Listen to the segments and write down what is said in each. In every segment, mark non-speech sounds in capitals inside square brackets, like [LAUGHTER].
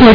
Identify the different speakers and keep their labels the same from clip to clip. Speaker 1: 活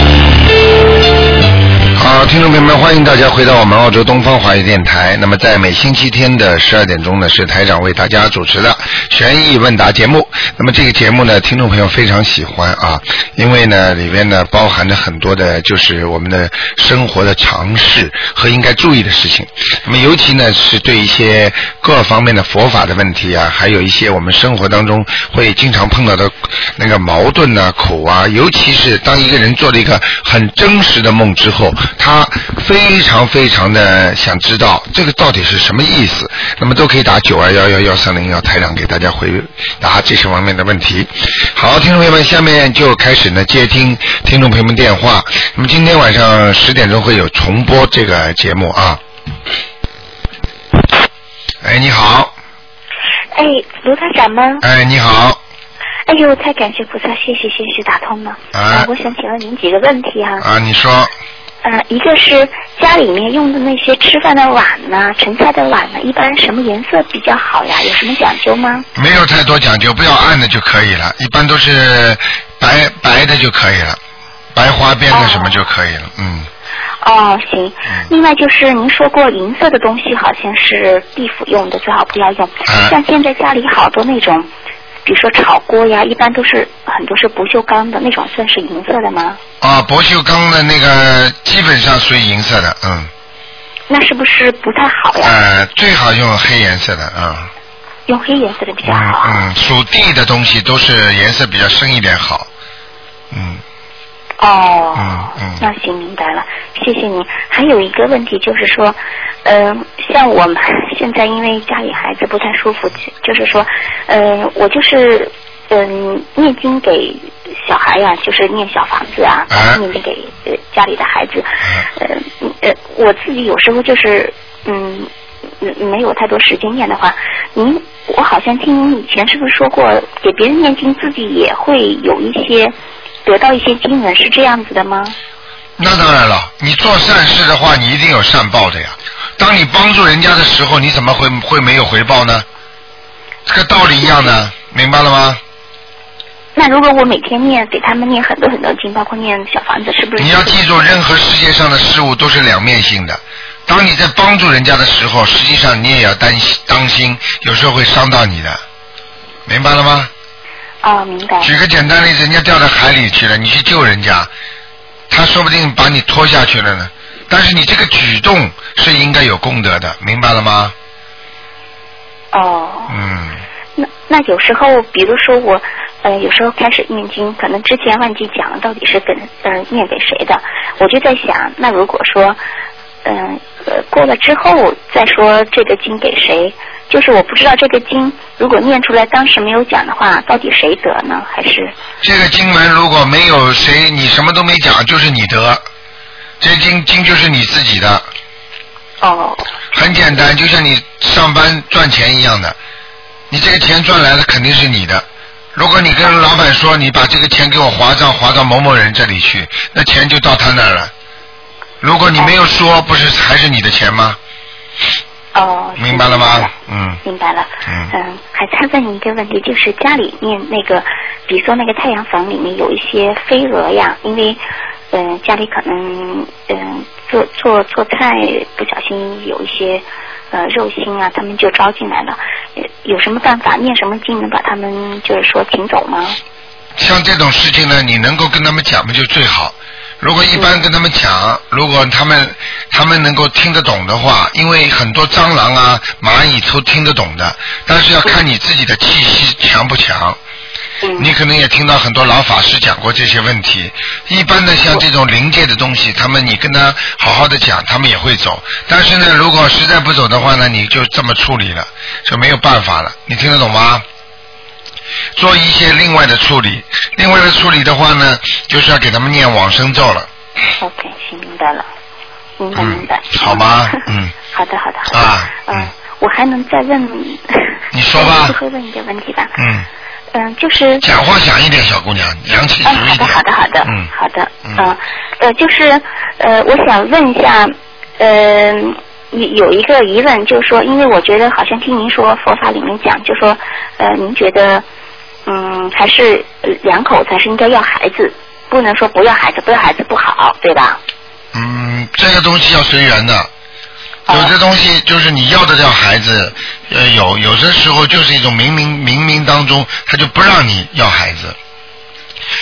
Speaker 2: 好，听众朋友们，欢迎大家回到我们澳洲东方华语电台。那么，在每星期天的十二点钟呢，是台长为大家主持的悬疑问答节目。那么这个节目呢，听众朋友非常喜欢啊，因为呢，里边呢包含着很多的，就是我们的生活的常识和应该注意的事情。那么，尤其呢是对一些各方面的佛法的问题啊，还有一些我们生活当中会经常碰到的那个矛盾啊、苦啊，尤其是当一个人做了一个很真实的梦之后，他非常非常的想知道这个到底是什么意思，那么都可以打九二幺幺幺三零幺台长给大家回答这些方面的问题。好，听众朋友们，下面就开始呢接听听众朋友们电话。那么今天晚上十点钟会有重播这个节目啊。哎，你好，
Speaker 3: 哎，卢台长吗？
Speaker 2: 哎，你好，
Speaker 3: 哎呦，太感谢菩萨，谢谢谢谢打通了。哎
Speaker 2: 啊
Speaker 3: 我想请问您几个问题哈、
Speaker 2: 啊，你说，
Speaker 3: 呃，一个是家里面用的那些吃饭的碗呐、盛菜的碗呢，一般什么颜色比较好呀？有什么讲究吗？
Speaker 2: 没有太多讲究，不要暗的就可以了，一般都是白白的就可以了，白花边的什么就可以了，嗯，
Speaker 3: 哦，行
Speaker 2: 嗯。
Speaker 3: 另外就是您说过银色的东西好像是地府用的，最好不要用。
Speaker 2: 哎
Speaker 3: 像现在家里好多那种，比如说炒锅呀，一般都是很多是不锈钢的那种，算是银色的吗？
Speaker 2: 啊，不锈钢的那个基本上属于银色的，嗯，
Speaker 3: 那是不是不太好呀？
Speaker 2: 呃，最好用黑颜色的啊，
Speaker 3: 用黑颜色的比较
Speaker 2: 嗯
Speaker 3: 好。啊
Speaker 2: 嗯，属地的东西都是颜色比较深一点好，嗯，
Speaker 3: 哦，
Speaker 2: 嗯嗯
Speaker 3: 那行明白了，谢谢您。还有一个问题就是说，呃，像我们 [LAUGHS] 现在因为家里孩子不太舒服，就是说，呃，我就是嗯、念经给小孩呀、就是念小房子啊，
Speaker 2: 哎
Speaker 3: 念经给呃家里的孩子，
Speaker 2: 嗯
Speaker 3: 呃呃，我自己有时候就是嗯。嗯没有太多时间念的话，您我好像听您以前是不是说过，给别人念经自己也会有一些得到一些经文，是这样子的吗？
Speaker 2: 那当然了，你做善事的话，你一定有善报的呀。当你帮助人家的时候，你怎么会会没有回报呢？这个道理一样的，明白了吗？
Speaker 3: 那如果我每天念给他们念很多很多经，包括念小房子，是不是？
Speaker 2: 你要记住，任何世界上的事物都是两面性的。当你在帮助人家的时候，实际上你也要担心，当心有时候会伤到你的，明白了吗？
Speaker 3: 哦，明白。
Speaker 2: 举个简单例子，人家掉到海里去了，你去救人家，他说不定把你拖下去了呢。但是你这个举动是应该有功德的，明白了吗？
Speaker 3: 哦，
Speaker 2: 嗯。
Speaker 3: 那那有时候，比如说我，呃，有时候开始念经，可能之前忘记讲了到底是跟呃念给谁的，我就在想，那如果说，嗯、呃，过了之后再说这个经给谁，就是我不知道这个经如果念出来当时没有讲的话，到底谁得呢？还是
Speaker 2: 这个经文如果没有谁，你什么都没讲，就是你得。这经经就是你自己的，
Speaker 3: 哦
Speaker 2: 很简单，就像你上班赚钱一样的，你这个钱赚来了肯定是你的。如果你跟老板说你把这个钱给我划账划到某某人这里去，那钱就到他那儿了。如果你没有说，不是还是你的钱吗？
Speaker 3: 哦，
Speaker 2: 明白了
Speaker 3: 明
Speaker 2: 吗？嗯，
Speaker 3: 明白了。
Speaker 2: 嗯
Speaker 3: 还再问你一个问题，就是家里面那个，比如说那个太阳房里面有一些飞蛾呀，因为，嗯、家里可能嗯、做做做菜不小心有一些呃肉腥啊，他们就招进来了。呃有什么办法念什么经能把他们就是说请走吗？
Speaker 2: 像这种事情呢，你能够跟他们讲嘛就最好。如果一般跟他们讲，如果他们他们能够听得懂的话，因为很多蟑螂啊、蚂蚁都听得懂的，但是要看你自己的气息强不强。
Speaker 3: 嗯，
Speaker 2: 你可能也听到很多老法师讲过这些问题。一般的像这种灵界的东西，他们你跟他好好的讲，他们也会走。但是呢，如果实在不走的话呢，你就这么处理了，就没有办法了。你听得懂吗？做一些另外的处理，另外的处理的话呢，就是要给他们念往生咒了
Speaker 3: OK，行，明白了，明白
Speaker 2: 嗯
Speaker 3: 明白。
Speaker 2: 好
Speaker 3: [LAUGHS]
Speaker 2: 吧嗯
Speaker 3: 好的，好的，好的。
Speaker 2: 啊。
Speaker 3: 嗯
Speaker 2: 嗯，，
Speaker 3: 我还能再问，
Speaker 2: [LAUGHS] 你说吧
Speaker 3: 最后问一个问题吧。
Speaker 2: 嗯，
Speaker 3: 嗯，就是
Speaker 2: 讲话响一点，小姑娘，阳气足
Speaker 3: 嗯，
Speaker 2: 一
Speaker 3: 好的，
Speaker 2: 点。
Speaker 3: 好的，好的，
Speaker 2: 嗯，
Speaker 3: 好的，
Speaker 2: 嗯
Speaker 3: 呃呃，就是呃，我想问一下，呃，有有一个疑问，就是说，因为我觉得好像听您说佛法里面讲，就说，呃，您觉得，嗯，还是呃两口才是应该要孩子，不能说不要孩子，不要孩子不好，对吧？
Speaker 2: 嗯，这个东西要随缘的。
Speaker 3: 哦
Speaker 2: 有的东西就是你要得掉孩子，呃，有有的时候就是一种冥冥冥冥当中他就不让你要孩子，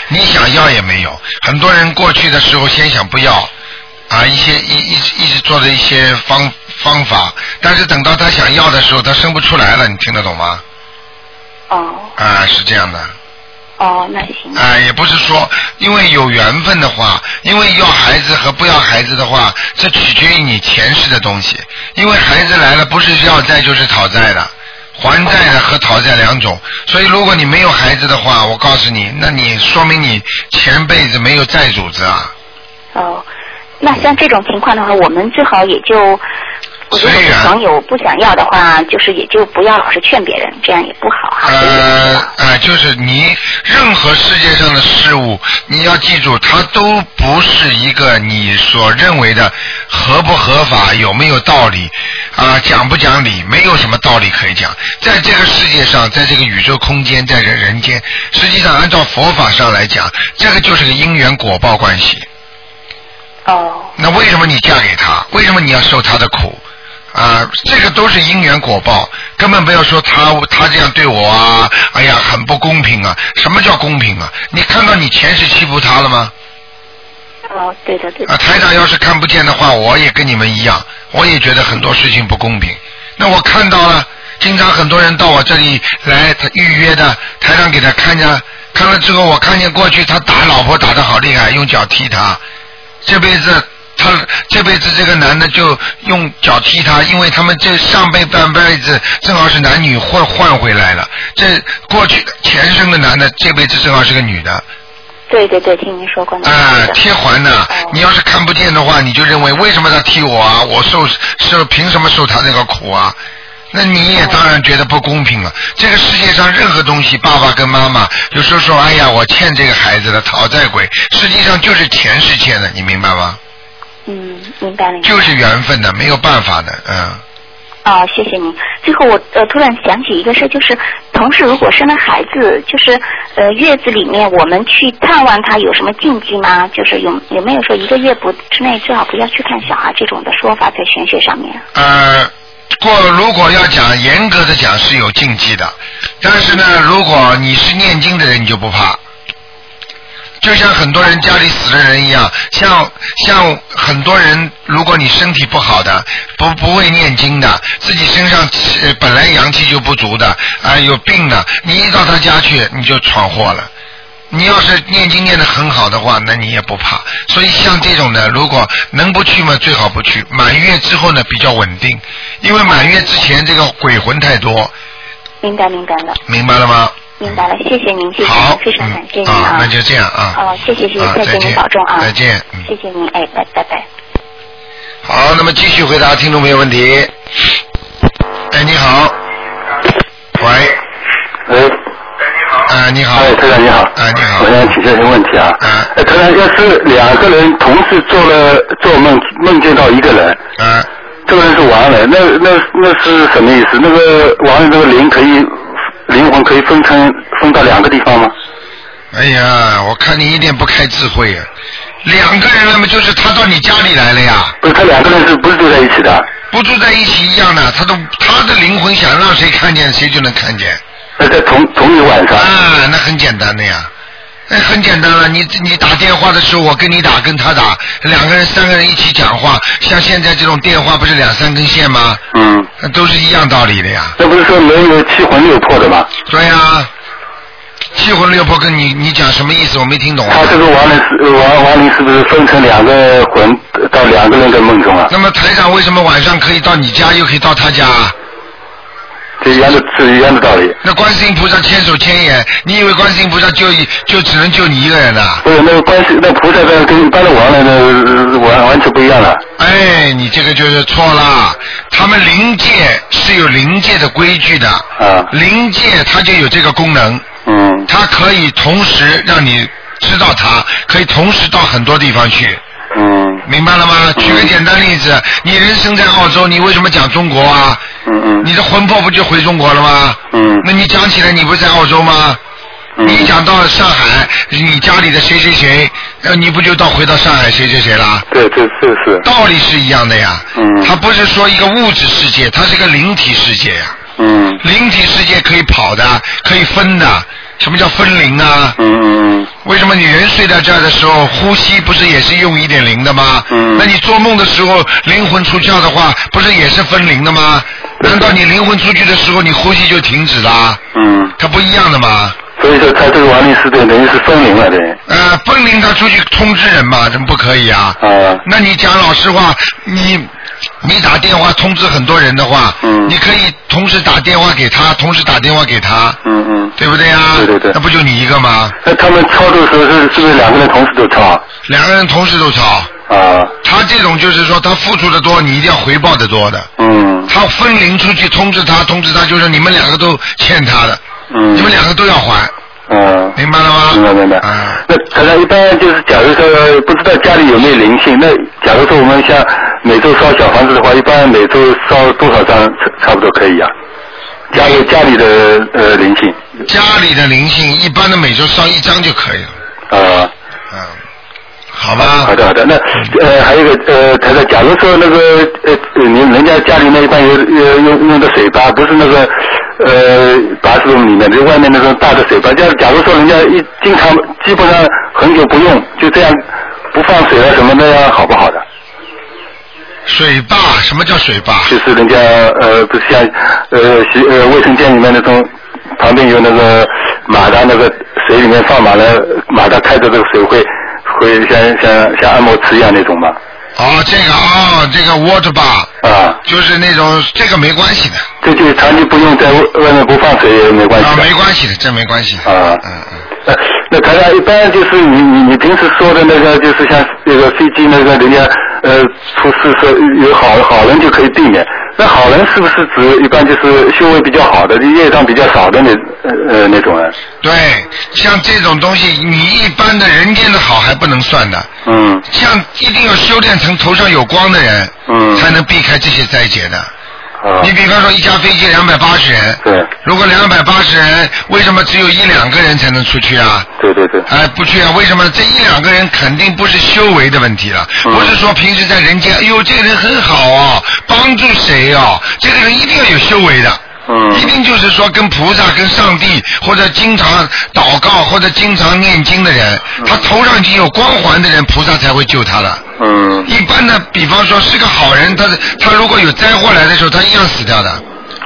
Speaker 2: 你想要也没有。很多人过去的时候先想不要，啊，一些一一直一直做的一些方方法，但是等到他想要的时候，他生不出来了，你听得懂吗？
Speaker 3: 哦
Speaker 2: 啊，是这样的。
Speaker 3: 哦，那行，
Speaker 2: 啊、也不是说，因为有缘分的话，因为要孩子和不要孩子的话，这取决于你前世的东西。因为孩子来了，不是要债就是讨债的，还债的和讨债两种。所以如果你没有孩子的话，我告诉你，那你说明你前辈子没有债主子啊。
Speaker 3: 哦，那像这种情况的话，我们最好也就，我觉
Speaker 2: 随
Speaker 3: 得
Speaker 2: 缘
Speaker 3: 朋友不想要的话，就是也就不要老是劝别人，这样也不好哈。对
Speaker 2: 呃
Speaker 3: 吧
Speaker 2: 呃，就是你任何世界上的事物，你要记住，它都不是一个你所认为的合不合法、有没有道理啊、讲不讲理，没有什么道理可以讲。在这个世界上，在这个宇宙空间，在人人间，实际上按照佛法上来讲，这个就是个因缘果报关系。
Speaker 3: 哦。
Speaker 2: 那为什么你嫁给他？为什么你要受他的苦？啊，这个都是因缘果报，根本不要说他他这样对我啊，哎呀，很不公平啊！什么叫公平啊？你看到你前世欺负他了吗？
Speaker 3: 哦，对的，对的
Speaker 2: 啊，。台长要是看不见的话，我也跟你们一样，我也觉得很多事情不公平。那我看到了，经常很多人到我这里来他预约的，台长给他看着，看了之后我看见过去他打老婆打得好厉害，用脚踢他，这辈子。他这辈子这个男的就用脚踢他，因为他们这上辈半辈子正好是男女换换回来了。这过去的前生的男的，这辈子正好是个女的，
Speaker 3: 对对对，听您说过那
Speaker 2: 啊
Speaker 3: 个，的。
Speaker 2: 贴环呢、
Speaker 3: 哦
Speaker 2: 你要是看不见的话，你就认为为什么他踢我啊？我受受凭什么受他那个苦啊？那你也
Speaker 3: 哦
Speaker 2: 当然觉得不公平了。这个世界上任何东西，爸爸跟妈妈有时候说：“哎呀，我欠这个孩子的讨债鬼。”实际上就是前世欠的，你明白吗？
Speaker 3: 嗯，明白了。明白
Speaker 2: 就是缘分的，没有办法的，嗯。
Speaker 3: 啊，谢谢您。最后我呃突然想起一个事，就是同事如果生了孩子，就是呃月子里面我们去探望他有什么禁忌吗？就是有有没有说一个月不之内最好不要去看小孩这种的说法在玄学上面？啊
Speaker 2: 呃，过如果要讲严格的讲是有禁忌的，但是呢，如果你是念经的人，你就不怕。就像很多人家里死的人一样，像像很多人，如果你身体不好的，不不会念经的，自己身上呃本来阳气就不足的，啊、有病的，你一到他家去你就闯祸了。你要是念经念得很好的话，那你也不怕。所以像这种呢，如果能不去嘛，最好不去。满月之后呢，比较稳定，因为满月之前这个鬼魂太多，
Speaker 3: 明白明白了，
Speaker 2: 明白了吗？
Speaker 3: 明白了，谢谢您，谢谢
Speaker 2: 好
Speaker 3: 您，，非常感谢
Speaker 2: 嗯
Speaker 3: 您
Speaker 2: 啊
Speaker 3: 啊。，
Speaker 2: 那就这样啊。
Speaker 3: 哦，谢谢谢
Speaker 2: 啊
Speaker 3: 谢，
Speaker 2: 再
Speaker 3: 见您
Speaker 2: 见，
Speaker 3: 保重啊。
Speaker 2: 再见，嗯。
Speaker 3: 谢谢您，哎，拜拜拜。
Speaker 2: 好，那么继续回答听众朋友问题。哎，你好。喂，
Speaker 4: 喂，
Speaker 2: 啊、你好。
Speaker 4: 哎，台长你好，
Speaker 2: 哎你好
Speaker 4: 我想请教一个问题啊，
Speaker 2: 嗯
Speaker 4: 哎，台长，要是两个人同时做了做梦，梦见到一个人，
Speaker 2: 啊、
Speaker 4: 这个人是亡人，那那那是什么意思？那个亡人这个灵可以灵魂可以分成分到两个地方吗？
Speaker 2: 哎呀，我看你一点不开智慧啊！两个人了嘛，就是他到你家里来了呀，
Speaker 4: 不是，他两个人是不是住在一起的？
Speaker 2: 不住在一起一样的，他都他的灵魂想让谁看见谁就能看见
Speaker 4: 那在同同一晚上，
Speaker 2: 啊，那很简单的呀，那很简单了。你你打电话的时候，我跟你打，跟他打，两个人三个人一起讲话，像现在这种电话不是两三根线吗？
Speaker 4: 嗯，
Speaker 2: 那都是一样道理的呀。
Speaker 4: 那不是说人有七魂六魄的吗？
Speaker 2: 对呀、七魂六魄跟你你讲什么意思？我没听懂啊。
Speaker 4: 他这个亡人是亡亡灵是不是分成两个魂到两个人的梦中啊？
Speaker 2: 那么台长为什么晚上可以到你家，又可以到他家啊？
Speaker 4: 这一样的是一样的道理。
Speaker 2: 那观世音菩萨千手千眼，你以为观世音菩萨就一就只能救你一个人呐、
Speaker 4: 不是那个关系，那菩萨的跟一般的亡人的呃完完全不一样了。
Speaker 2: 哎，你这个就是错啦。他们灵界是有灵界的规矩的，
Speaker 4: 啊
Speaker 2: 灵界它就有这个功能。
Speaker 4: 嗯
Speaker 2: 它可以同时让你知道它，可以同时到很多地方去。
Speaker 4: 嗯
Speaker 2: 明白了吗？举个简单例子，你人生在澳洲，你为什么讲中国啊？
Speaker 4: 嗯嗯
Speaker 2: 你的魂魄不就回中国了吗？
Speaker 4: 嗯
Speaker 2: 那你讲起来，你不是在澳洲吗？
Speaker 4: 嗯
Speaker 2: 你一讲到上海，你家里的谁谁谁，呃，你不就到回到上海谁谁谁啦？
Speaker 4: 对对是是
Speaker 2: 道理是一样的呀。
Speaker 4: 嗯
Speaker 2: 它不是说一个物质世界，它是个灵体世界呀。
Speaker 4: 嗯
Speaker 2: 灵体世界可以跑的，可以分的。什么叫分灵啊？
Speaker 4: 嗯嗯
Speaker 2: 为什么女人睡在这儿的时候，呼吸不是也是用一点灵的吗？
Speaker 4: 嗯
Speaker 2: 那你做梦的时候，灵魂出窍的话，不是也是分灵的吗？难道你灵魂出去的时候，你呼吸就停止啦？
Speaker 4: 嗯，
Speaker 2: 它不一样的吗？
Speaker 4: 所以说他这个王律师对等于是分灵了对
Speaker 2: 呃，分灵他出去通知人嘛，怎么不可以啊？
Speaker 4: 啊
Speaker 2: 那你讲老实话，你你打电话通知很多人的话，
Speaker 4: 嗯
Speaker 2: 你可以同时打电话给他，同时打电话给他，
Speaker 4: 嗯嗯，
Speaker 2: 对不对啊？
Speaker 4: 对对对
Speaker 2: 那不就你一个吗？
Speaker 4: 那他们抄的时候是是不是两个人同时都抄
Speaker 2: 两个人同时都吵。
Speaker 4: 啊？
Speaker 2: 他这种就是说，他付出的多，你一定要回报的多的。
Speaker 4: 嗯
Speaker 2: 他分灵出去通知他，通知他就是你们两个都欠他的，
Speaker 4: 嗯，
Speaker 2: 你们两个都要还，
Speaker 4: 嗯。
Speaker 2: 明白了吗？
Speaker 4: 明白明白。
Speaker 2: 啊，
Speaker 4: 那可能一般就是，假如说不知道家里有没有灵性，那假如说我们像每周烧小房子的话，一般每周烧多少张差差不多可以啊？家里家里的呃灵性
Speaker 2: 家里的灵性一般的每周烧一张就可以了，
Speaker 4: 啊。
Speaker 2: 嗯，好吧？
Speaker 4: 好的好的，那呃还有一个呃，台长，假如说那个呃呃您人家家里那一般有呃用用的水吧，不是那个呃八十里面就外面那种大的水吧，假假如说人家一经常基本上很久不用，就这样不放水啊了什么那样好不好的？
Speaker 2: 水坝，什么叫水坝？
Speaker 4: 就是人家呃不是像呃洗呃卫生间里面那种旁边有那个马达那个水里面放满了马达开着这个水会会像像像按摩池一样那种嘛
Speaker 2: 哦，这个哦，这个 water bar
Speaker 4: 啊。
Speaker 2: 就是那种这个没关系的
Speaker 4: 这就长期不用在外面不放水也没关系
Speaker 2: 啊，
Speaker 4: 的。
Speaker 2: 没关系的，这没关系的。
Speaker 4: 啊
Speaker 2: 嗯嗯，
Speaker 4: 那那台长，一般就是你你你平时说的那个，就是像那个飞机那个人家呃出事说有好好人就可以避免。那好人是不是指一般就是修为比较好的、业障比较少的那呃呃那种人？
Speaker 2: 对，像这种东西，你一般的人间的好还不能算的，
Speaker 4: 嗯
Speaker 2: 像一定要修炼成头上有光的人，
Speaker 4: 嗯
Speaker 2: 才能避开这些灾劫的。
Speaker 4: 啊
Speaker 2: 你比方说一架飞机两百八十人，
Speaker 4: 对
Speaker 2: 如果两百八十人，为什么只有一两个人才能出去啊？
Speaker 4: 对对对，
Speaker 2: 哎，不去啊？为什么？这一两个人肯定不是修为的问题了，
Speaker 4: 嗯
Speaker 2: 不是说平时在人间，哎呦，这个人很好哦，帮助谁哦，这个人一定要有修为的。
Speaker 4: 嗯
Speaker 2: 一定就是说跟菩萨、跟上帝，或者经常祷告，或者经常念经的人，他头上已经有光环的人，菩萨才会救他的。
Speaker 4: 嗯
Speaker 2: 一般的，比方说是个好人，他他如果有灾祸来的时候，他一样死掉的，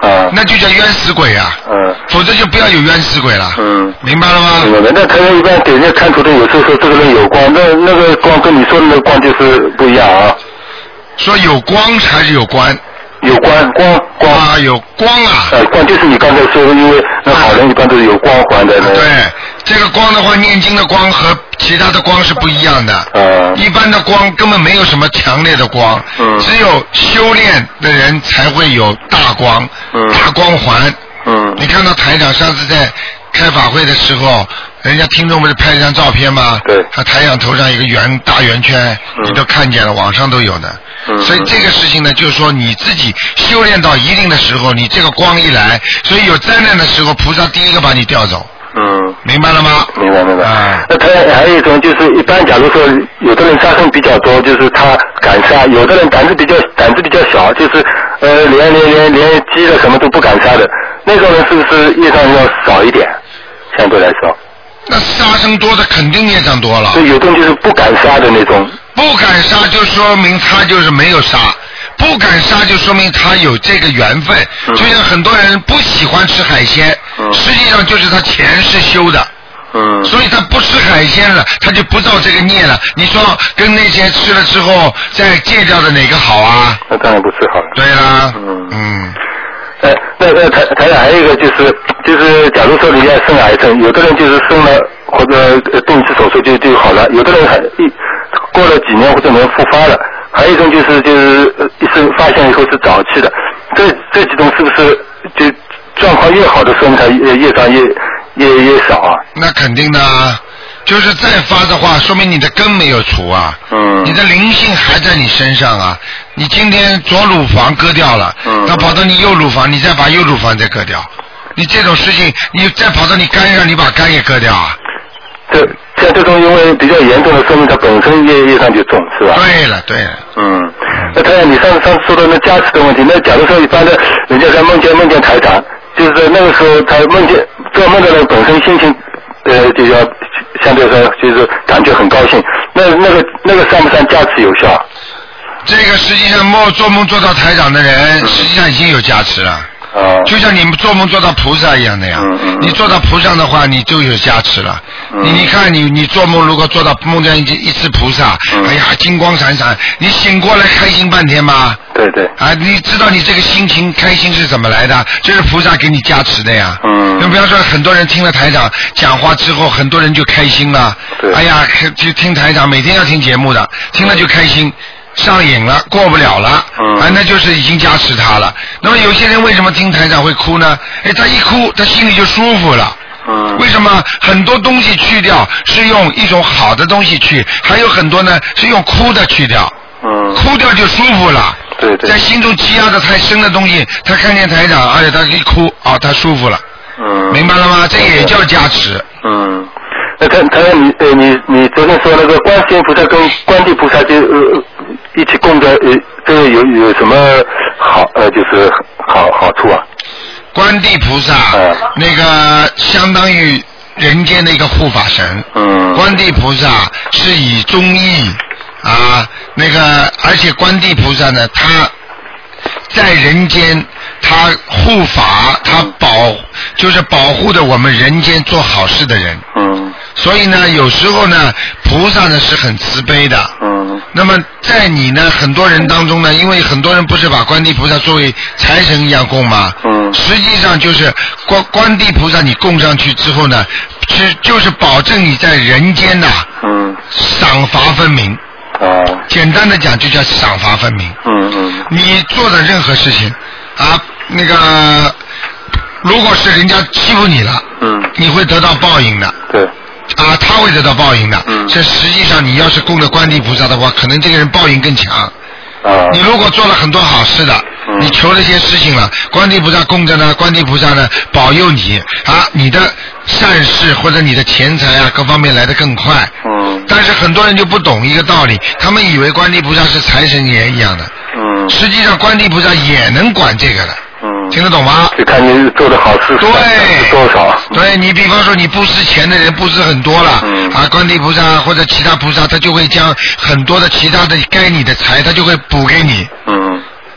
Speaker 4: 啊
Speaker 2: 那就叫冤死鬼啊，
Speaker 4: 嗯
Speaker 2: 否则就不要有冤死鬼了。
Speaker 4: 嗯。
Speaker 2: 明白了
Speaker 4: 我
Speaker 2: 吗？
Speaker 4: 们那台长一般给人家看图的，有时候说这个人有光，那那个光跟你说的那个光就是不一样啊，
Speaker 2: 说有光还是有关
Speaker 4: 有光光光
Speaker 2: 啊？有光啊！
Speaker 4: 呃，光就是你刚才说的，因为那好人一般都是有光环的。那
Speaker 2: 啊对，这个光的话，念经的光和其他的光是不一样的。
Speaker 4: 呃，
Speaker 2: 一般的光根本没有什么强烈的光，
Speaker 4: 嗯
Speaker 2: 只有修炼的人才会有大光、
Speaker 4: 嗯
Speaker 2: 大光环。
Speaker 4: 嗯
Speaker 2: 你看到台长上次在开法会的时候，人家听众不是拍了一张照片吗？
Speaker 4: 对
Speaker 2: 他台长头上一个圆大圆圈，
Speaker 4: 嗯
Speaker 2: 你都看见了，网上都有的。
Speaker 4: 嗯
Speaker 2: 所以这个事情呢，就是说你自己修炼到一定的时候，你这个光一来，所以有灾难的时候，菩萨第一个把你调走，
Speaker 4: 嗯，
Speaker 2: 明白了吗？
Speaker 4: 明白明
Speaker 2: 啊
Speaker 4: 白。那他还有一种就是，一般假如说有的人杀生比较多，就是他敢杀；有的人胆子比较胆子比较小，就是呃连连连连鸡了什么都不敢杀的，那种人是不是业障要少一点？相对来说，
Speaker 2: 那杀生多的肯定业障多了
Speaker 4: 所。以有的人就是不敢杀的那种。
Speaker 2: 不敢杀就说明他就是没有杀，不敢杀就说明他有这个缘分。
Speaker 4: 嗯
Speaker 2: 就像很多人不喜欢吃海鲜，
Speaker 4: 嗯
Speaker 2: 实际上就是他前世修的，
Speaker 4: 嗯
Speaker 2: 所以他不吃海鲜了，他就不造这个孽了。你说跟那些吃了之后再戒掉的哪个好啊？
Speaker 4: 那当然不是好了。
Speaker 2: 对啦，
Speaker 4: 嗯
Speaker 2: 嗯，
Speaker 4: 呃，那那台台长还有一个就是就是，假如说人家生癌症，有的人就是生了或者呃动一次手术就就好了，有的人还一过了几年或者能复发了，还有一种就是就是呃一生发现以后是早期的，这这几种是不是就状况越好的时候它业业障越也也少啊。
Speaker 2: 那肯定的啊，就是再发的话，说明你的根没有除啊，
Speaker 4: 嗯
Speaker 2: 你的灵性还在你身上啊。你今天左乳房割掉了，
Speaker 4: 嗯
Speaker 2: 那跑到你右乳房，你再把右乳房再割掉，你这种事情，你再跑到你肝上，你把肝也割掉啊。
Speaker 4: 这像这种因为比较严重的，说明它本身业业上就重，是吧？
Speaker 2: 对了对了，
Speaker 4: 嗯，那太阳，你上上次说的那加持的问题，那假如说一般的人家在梦见梦见台长，就是在那个时候他梦见做梦的人本身心情，呃，就要相对说就是感觉很高兴，那那个那个算不算加持有效？啊
Speaker 2: 这个实际上梦做梦做到台长的
Speaker 4: 嗯
Speaker 2: 人，实际上已经有加持了。
Speaker 4: 啊、
Speaker 2: 就像你们做梦做到菩萨一样的呀，
Speaker 4: 嗯嗯嗯
Speaker 2: 你做到菩萨的话，你就有加持了。
Speaker 4: 嗯
Speaker 2: 你你看你你做梦如果做到梦见一只一只菩萨，
Speaker 4: 嗯
Speaker 2: 哎呀金光闪闪，你醒过来开心半天吧？
Speaker 4: 对对，
Speaker 2: 啊，你知道你这个心情开心是怎么来的？这是菩萨给你加持的呀。
Speaker 4: 嗯
Speaker 2: 那比方说，很多人听了台长讲话之后，很多人就开心了。
Speaker 4: 对
Speaker 2: 哎呀，就听台长，每天要听节目的，听了就开心，上瘾了，过不了了。
Speaker 4: 嗯
Speaker 2: 啊，那就是已经加持他了。那么有些人为什么听台长会哭呢？哎，他一哭，他心里就舒服了。
Speaker 4: 嗯
Speaker 2: 为什么很多东西去掉是用一种好的东西去，还有很多呢是用哭的去掉。
Speaker 4: 嗯，
Speaker 2: 哭掉就舒服了。
Speaker 4: 对对
Speaker 2: 在心中积压的太深的东西，他看见台长，而且他一哭，啊，他舒服了，
Speaker 4: 嗯，
Speaker 2: 明白了吗？这也叫加持。
Speaker 4: 嗯，那他他你呃你你昨天说那个观世音菩萨跟观地菩萨就呃一起供着，呃这个有有什么好呃就是好好处啊？
Speaker 2: 观地菩萨
Speaker 4: 嗯，
Speaker 2: 那个相当于人间的一个护法神。
Speaker 4: 嗯
Speaker 2: 观地菩萨是以忠义啊，那个而且观地菩萨呢，他在人间，他护法，他保就是保护着我们人间做好事的人。
Speaker 4: 嗯
Speaker 2: 所以呢，有时候呢，菩萨呢是很慈悲的。
Speaker 4: 嗯
Speaker 2: 那么在你呢很多人当中呢，因为很多人不是把观地菩萨作为财神一样供吗？
Speaker 4: 嗯
Speaker 2: 实际上就是观观地菩萨，你供上去之后呢，是就是保证你在人间呐、
Speaker 4: 嗯
Speaker 2: 赏罚分明。
Speaker 4: 啊
Speaker 2: 简单的讲，就叫赏罚分明。
Speaker 4: 嗯嗯
Speaker 2: 你做的任何事情啊，那个如果是人家欺负你了，
Speaker 4: 嗯，
Speaker 2: 你会得到报应的。
Speaker 4: 对，
Speaker 2: 啊，他会得到报应的。
Speaker 4: 嗯
Speaker 2: 这实际上你要是供了观地菩萨的话，可能这个人报应更强。
Speaker 4: 啊
Speaker 2: 你如果做了很多好事的，
Speaker 4: 嗯
Speaker 2: 你求了一些事情了，观地菩萨供着呢，观地菩萨呢保佑你啊，你的善事或者你的钱财啊各方面来得更快。
Speaker 4: 嗯
Speaker 2: 但是很多人就不懂一个道理，他们以为观地菩萨是财神爷一样的，
Speaker 4: 嗯
Speaker 2: 实际上观地菩萨也能管这个的，
Speaker 4: 嗯，
Speaker 2: 听得懂吗？
Speaker 4: 就看你做的好事
Speaker 2: 对，
Speaker 4: 是多少，
Speaker 2: 对你比方说你布施钱的人布施很多了，
Speaker 4: 嗯
Speaker 2: 啊，观地菩萨或者其他菩萨，他就会将很多的其他的该你的财，他就会补给你，
Speaker 4: 嗯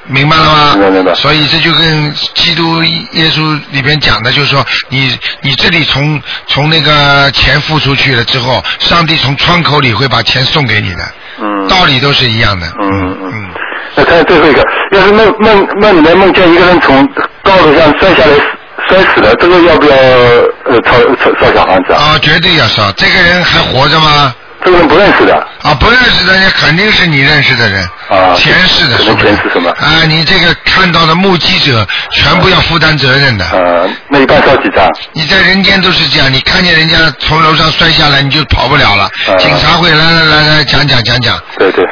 Speaker 2: 明白了吗？
Speaker 4: 明白明白
Speaker 2: 所以这就跟基督耶稣里边讲的，就是说你你这里从从那个钱付出去了之后，上帝从窗口里会把钱送给你的，
Speaker 4: 嗯。
Speaker 2: 道理都是一样的。
Speaker 4: 嗯
Speaker 2: 嗯
Speaker 4: 嗯。那看最后一个，要是梦梦梦里面梦见一个人从高楼上摔下来摔死了，这个要不要呃烧烧烧小房子啊？
Speaker 2: 啊，绝对要烧。这个人还活着吗？
Speaker 4: 这个人不认识的，
Speaker 2: 啊，不认识的人肯定是你认识的人，
Speaker 4: 啊
Speaker 2: 前世的，
Speaker 4: 可能
Speaker 2: 说不定
Speaker 4: 前世是吧
Speaker 2: 啊，你这个看到的目击者全部要负担责任的。
Speaker 4: 呃，那一般烧几张？
Speaker 2: 你在人间都是这样，你看见人家从楼上摔下来，你就跑不了了，
Speaker 4: 啊
Speaker 2: 警察会来来来来讲讲讲讲。
Speaker 4: 对对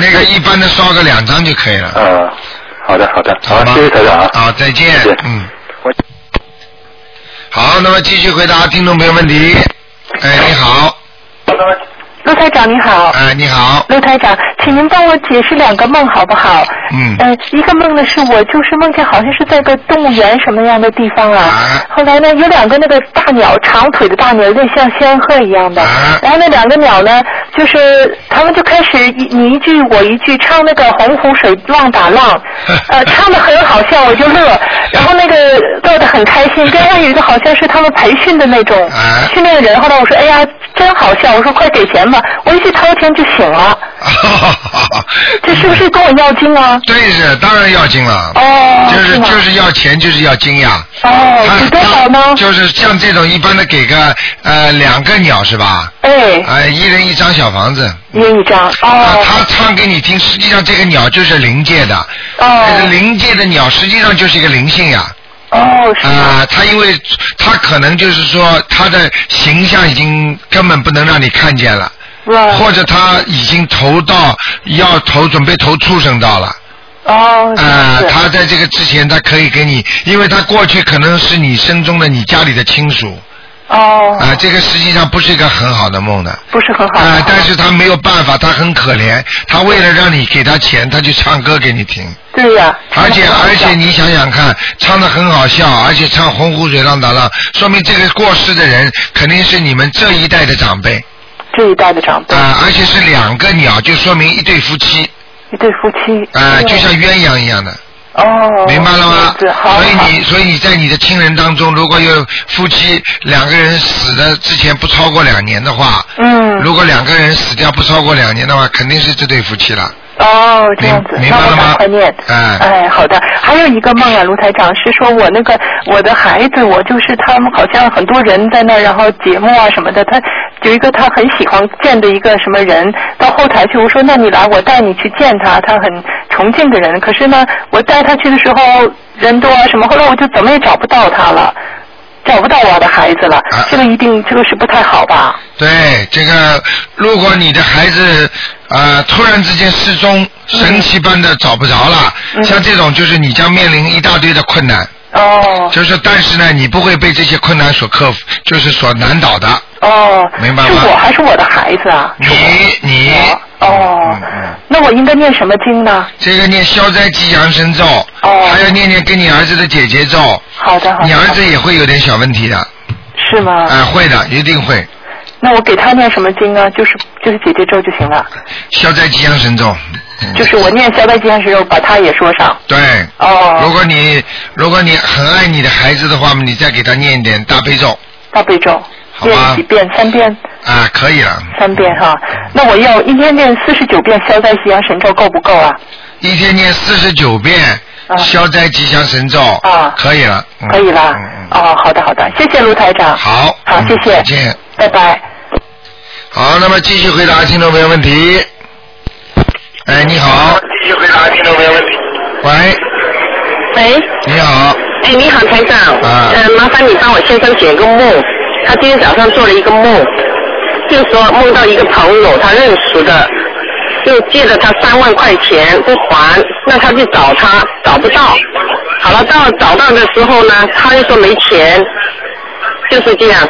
Speaker 2: 那个一般的烧个两张就可以了，
Speaker 4: 呃，好的好的，
Speaker 2: 好
Speaker 4: 好，
Speaker 2: 吗？
Speaker 4: 谢谢台长啊。
Speaker 2: 啊，再见
Speaker 4: 再见。
Speaker 2: 嗯。好，那么继续回答听众朋友问题。哎，你好，
Speaker 5: 陆台长你好，
Speaker 2: 哎，你好，
Speaker 5: 陆台长，请您帮我解释两个梦好不好？
Speaker 2: 嗯
Speaker 5: 呃，一个梦呢是我就是梦见好像是在个动物园什么样的地方啊，
Speaker 2: 啊 [LAUGHS]
Speaker 5: 后来呢有两个那个大鸟，长腿的大鸟，有点像仙鹤一样的，
Speaker 2: 啊
Speaker 5: 然后那两个鸟呢，就是他们就开始一你一句我一句唱那个洪湖水浪打浪，呃，唱的很好笑，我就乐，然后那个乐得很开心。另外有一个好像是他们培训的那种
Speaker 2: 啊
Speaker 5: 训练的人，后来我说哎呀真好笑，我说快给钱吧，我一去掏钱就醒了，这是不是跟我要经啊？
Speaker 2: 对是，当然要经了。
Speaker 5: 哦，
Speaker 6: 啊
Speaker 2: 就是
Speaker 5: 吗？
Speaker 2: 就是要钱，就是要经呀。
Speaker 6: 哎
Speaker 5: 哦，
Speaker 2: 他
Speaker 5: 是多少呢
Speaker 2: 他？就是像这种一般的给个呃两个鸟是吧？
Speaker 5: 哎，
Speaker 2: 哎，一人一张小房子。
Speaker 5: 也一张
Speaker 2: 啊，
Speaker 5: 哦
Speaker 2: 他唱给你听，实际上这个鸟就是灵界的，这个
Speaker 5: 哦
Speaker 2: 灵界的鸟实际上就是一个灵性呀。
Speaker 7: 哦，是吗
Speaker 2: 啊、他因为他可能就是说他的形象已经根本不能让你看见了，
Speaker 7: 哇
Speaker 2: 或者他已经投到要投准备投畜生道了。
Speaker 7: 哦，
Speaker 2: 啊、
Speaker 7: 是
Speaker 2: 他在这个之前，他可以给你，因为他过去可能是你生中的你家里的亲属，
Speaker 7: 哦
Speaker 2: 啊、，这个实际上不是一个很好的梦的，啊、
Speaker 7: 不是很好啊，
Speaker 2: 但是他没有办法，他很可怜，他为了让你给他钱，他就唱歌给你听，
Speaker 7: 对呀，
Speaker 2: 而且
Speaker 7: 那很好
Speaker 2: 而且你想想看，唱的很好笑，而且唱《洪湖水浪打浪》，说明这个过世的人肯定是你们这一代的长辈
Speaker 7: 这一代的长辈
Speaker 2: 啊、，而且是两个鸟，就说明一对夫妻
Speaker 7: 一对夫妻
Speaker 2: 啊、
Speaker 7: 对
Speaker 2: 就像鸳鸯一样的。
Speaker 7: 哦，
Speaker 2: 明白了吗？
Speaker 7: 是，好，
Speaker 2: 所以
Speaker 7: 好
Speaker 2: 你，所以你在你的亲人当中，如果有夫妻两个人死的之前不超过两年的话，
Speaker 7: 嗯，
Speaker 2: 如果两个人死掉不超过两年的话，肯定是这对夫妻了。
Speaker 7: 哦，这样子，
Speaker 2: 明明
Speaker 7: 那
Speaker 2: 白
Speaker 7: 我
Speaker 2: 了吗
Speaker 7: 赶快念。
Speaker 2: 哎
Speaker 7: 哎，好的。还有一个梦啊，卢台长是说我那个我的孩子，我就是他们好像很多人在那儿，然后节目啊什么的，他有一个他很喜欢见的一个什么人，到后台去，我说那你来，我带你去见他，他很崇敬的人，可是呢，我带他去的时候人多啊什么，后来我就怎么也找不到他了。找不到我的孩子了，
Speaker 2: 啊
Speaker 7: 这个一定这个是不太好吧？
Speaker 2: 对，这个如果你的孩子啊、呃突然之间失踪，神奇般的找不着了，
Speaker 7: 嗯
Speaker 2: 像这种就是你将面临一大堆的困难，
Speaker 7: 哦
Speaker 2: 就是但是呢，你不会被这些困难所克服，就是所难倒的。
Speaker 7: 哦，
Speaker 2: 明白吗
Speaker 7: 是我还是我的孩子啊？
Speaker 2: 你你
Speaker 7: 哦
Speaker 2: 嗯嗯，
Speaker 7: 那我应该念什么经呢？
Speaker 2: 这个念消灾吉祥神咒，
Speaker 7: 哦
Speaker 2: 还要念念跟你儿子的姐姐咒，
Speaker 7: 好的，好的。
Speaker 2: 你儿子也会有点小问题的，啊、
Speaker 7: 哦是吗？
Speaker 2: 会的，一定会。
Speaker 7: 那我给他念什么经啊？就是就是姐姐咒就行了，
Speaker 2: 消灾吉祥神咒，嗯
Speaker 7: 就是我念消灾吉祥神咒，把他也说上。
Speaker 2: 对。如
Speaker 7: 哦，
Speaker 2: 果你如果你很爱你的孩子的话，你再给他念一点大悲咒
Speaker 7: 大悲咒
Speaker 2: 好吧嗯
Speaker 7: 念几遍？三遍，
Speaker 2: 啊，可以了，
Speaker 7: 三遍哈。那我要一天念四十九遍消灾吉祥神咒够不够啊？
Speaker 2: 一天念四十九遍、
Speaker 7: 啊
Speaker 2: 消灾吉祥神咒，
Speaker 7: 啊
Speaker 2: 可以了，嗯
Speaker 7: 可以啦
Speaker 2: 嗯嗯。
Speaker 7: 哦，好的好的，谢谢卢台长。
Speaker 2: 好，
Speaker 7: 好，
Speaker 2: 嗯
Speaker 7: 谢谢，
Speaker 2: 再见。
Speaker 7: 拜拜。
Speaker 2: 好，那么继续回答听众朋友问题。哎，你好，
Speaker 4: 继续回答听众朋友问题。
Speaker 2: 喂，
Speaker 6: 喂，
Speaker 2: 你好，
Speaker 6: 哎，你好，台长。
Speaker 2: 啊
Speaker 6: 呃，麻烦你帮我先生解个梦。他今天早上做了一个梦，就说梦到一个朋友，他认识的，就借了他三万块钱不还，那他就找他，找不到。好了，到找到的时候呢，他又说没钱，就是这样。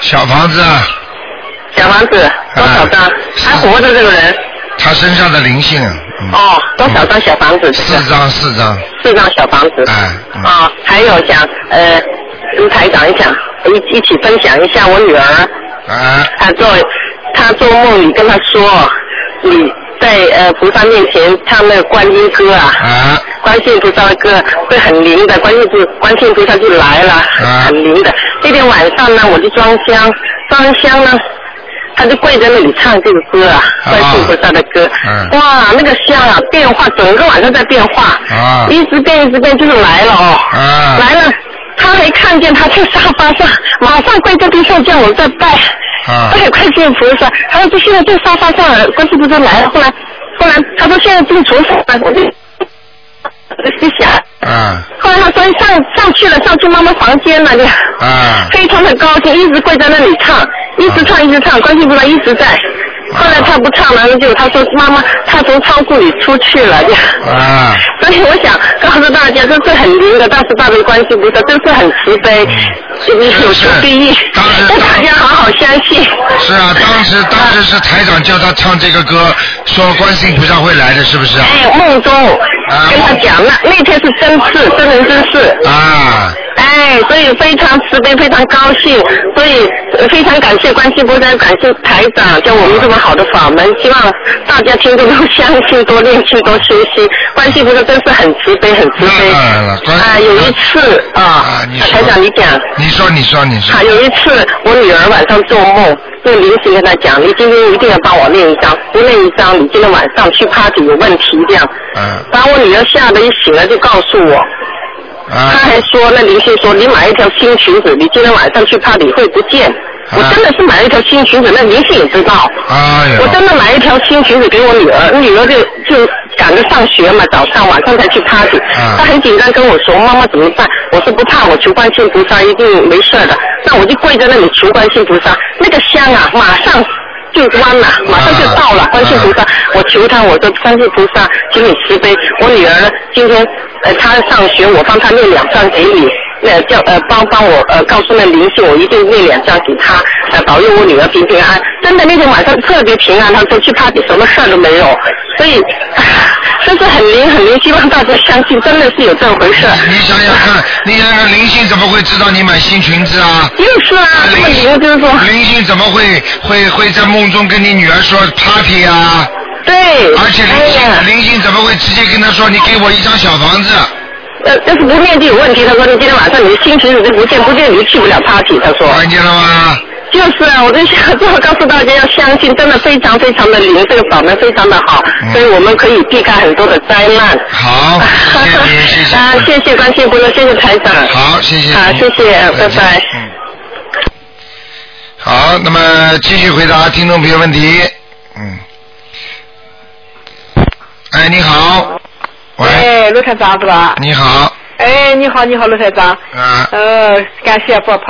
Speaker 2: 小房子，
Speaker 6: 小房子多少张？
Speaker 2: 啊
Speaker 6: 还活着这个人？
Speaker 2: 他身上的灵性，嗯，
Speaker 6: 哦，多少张小房子？这个
Speaker 2: 四张四张，
Speaker 6: 四张小房子。
Speaker 2: 哎嗯
Speaker 6: 啊，还有想呃，卢台长想一一起分享一下我女儿，
Speaker 2: 啊，
Speaker 6: 她做她做梦，你跟她说你在呃菩萨面前唱那个观音歌啊。
Speaker 2: 啊
Speaker 6: 观世音菩萨的歌会很灵的，观世音菩观世音菩萨就来了，
Speaker 2: 啊
Speaker 6: 很灵的。那天晚上呢，我就装箱，装箱呢，他就跪在那里唱这个歌啊，
Speaker 2: 啊
Speaker 6: 观世音菩萨的歌。
Speaker 2: 嗯
Speaker 6: 哇，那个香啊，变化，整个晚上在变化，
Speaker 2: 啊
Speaker 6: 一直变一直变，就是来了哦，
Speaker 2: 啊
Speaker 6: 来了。他没看见，他在沙发上，马上跪在地上叫我在拜，
Speaker 2: 啊
Speaker 6: 拜观世音菩萨。他说就现在在沙发上了，观世音菩萨来了。后来，后来他说现在进厨房了，我就我就想，
Speaker 2: 啊
Speaker 6: 后来他说上上去了，上去妈妈房间了，就
Speaker 2: 啊
Speaker 6: 非常的高兴，一直跪在那里唱，一直唱一直唱，观世音菩萨一直在。后来他不唱了，就他说妈妈，他从仓库里出去了，就。
Speaker 2: 啊，
Speaker 6: 所以我想告诉大家，这是很灵的，大慈大悲观世菩萨，真是很慈悲，有求必应
Speaker 2: 嗯是，
Speaker 6: [LAUGHS]
Speaker 2: 当然
Speaker 6: 让大家好好相信。
Speaker 2: 是啊，当时当时是台长叫他唱这个歌，说观世音菩萨会来的，是不是啊？
Speaker 6: 哎，梦中
Speaker 2: 啊
Speaker 6: 跟他讲，那那天是真事，真人真事。
Speaker 2: 啊，
Speaker 6: 哎，所以非常慈悲，非常高兴，所以呃非常感谢观世菩萨，感谢台长教我们这么好的法门，希望大家听众都相信，多练习，多学习。观世菩萨真是很慈悲，很慈悲。
Speaker 2: 那当然了观世
Speaker 6: 啊，有一次啊，
Speaker 2: 嗯啊你说
Speaker 6: 台长你讲，
Speaker 2: 你说你说你说
Speaker 6: 啊，，有一次我女儿晚上做梦，就临时跟她讲，你今天一定要帮我练一张，不练一张，你今天晚上去 party 有问题这样。
Speaker 2: 嗯
Speaker 6: 把我女儿吓得一醒来就告诉我，他
Speaker 2: 啊
Speaker 6: 还说，那林信说你买一条新裙子，你今天晚上去怕你会不见。我真的是买了一条新裙子，那林信也知道。
Speaker 2: 哎
Speaker 6: 我
Speaker 2: 呀，
Speaker 6: 真的买一条新裙子给我女儿，女儿就就
Speaker 8: 赶着上学嘛，早上晚上才去 party，、
Speaker 2: 啊
Speaker 8: 他很紧张跟我说妈妈怎么办？我说不怕，我求观世音菩萨一定没事的。那我就跪在那里求观世音菩萨，那个香啊，马上。就弯了，马上就到了。
Speaker 2: 啊
Speaker 8: 观世音菩萨， [LAUGHS] 我求他，我说观世音菩萨，请你慈悲。我女儿呢，今天呃，她上学，我帮她念两张给你，那叫呃帮帮我呃告诉那灵性，我一定念两张给她，呃保佑我女儿平平安。真的那天晚上特别平安，她说去 party 什么事儿都没有，所以 [LAUGHS] 真是很灵很灵，希望大家相信真的是有这回事儿。
Speaker 2: 你想想看，你想想看灵性怎么会知道你买新裙子啊？
Speaker 8: 就是啊，那么灵就是说，
Speaker 2: 灵性怎么会会会在梦中跟你女儿说 party 啊？
Speaker 8: 对，
Speaker 2: 而且灵性、
Speaker 8: 哎呀
Speaker 2: 灵性怎么会直接跟她说你给我一张小房子？
Speaker 8: 呃，但是不念就有问题。他说你今天晚上你的心情你就不见，不见你就去不了 party。他说
Speaker 2: 看见了吗？
Speaker 8: 就是啊，我就想最后告诉大家要相信，真的非常非常的灵，这个法门非常的好，
Speaker 2: 嗯
Speaker 8: 所以我们可以避开很多的灾难。
Speaker 2: 好，谢谢你，谢谢。
Speaker 6: [LAUGHS]
Speaker 8: 啊，谢谢关心朋友，谢谢台长。
Speaker 2: 好，谢谢你。
Speaker 8: 好谢谢
Speaker 2: 再见
Speaker 8: 拜拜
Speaker 2: 嗯。好，那么继续回答听众朋友问题。嗯。哎，你好。喂，
Speaker 6: 哎，卢台长是吧？
Speaker 2: 你好。
Speaker 6: 哎，你好，你好，卢台长。
Speaker 2: 啊
Speaker 6: 呃，感谢佛菩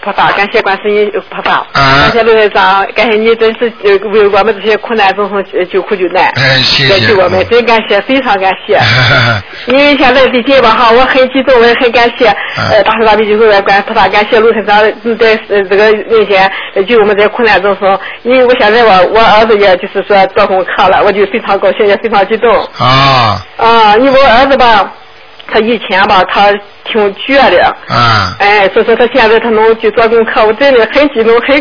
Speaker 6: 菩萨，感谢观世音菩萨，
Speaker 2: 啊
Speaker 6: 感谢卢台长，感谢你真是呃为我们这些苦难众生呃救苦救难，
Speaker 2: 哎，谢嗯
Speaker 6: 解
Speaker 2: 谢。
Speaker 6: 救我们，真感谢，非常感谢。因为现在最近吧哈，我很激动，我也很感谢呃大慈大悲救苦观观世菩萨，感谢卢台长嗯在呃这个面前呃救我们这些苦难众生。因为我现在我我儿子也就是说做功课了，我就非常高兴，也非常激动。
Speaker 2: [LAUGHS] 啊
Speaker 6: 啊，因为我儿子吧，他以前吧，他挺倔的，
Speaker 2: 啊！
Speaker 6: 哎，所以说他现在他能去做功课，我真的很激动，很，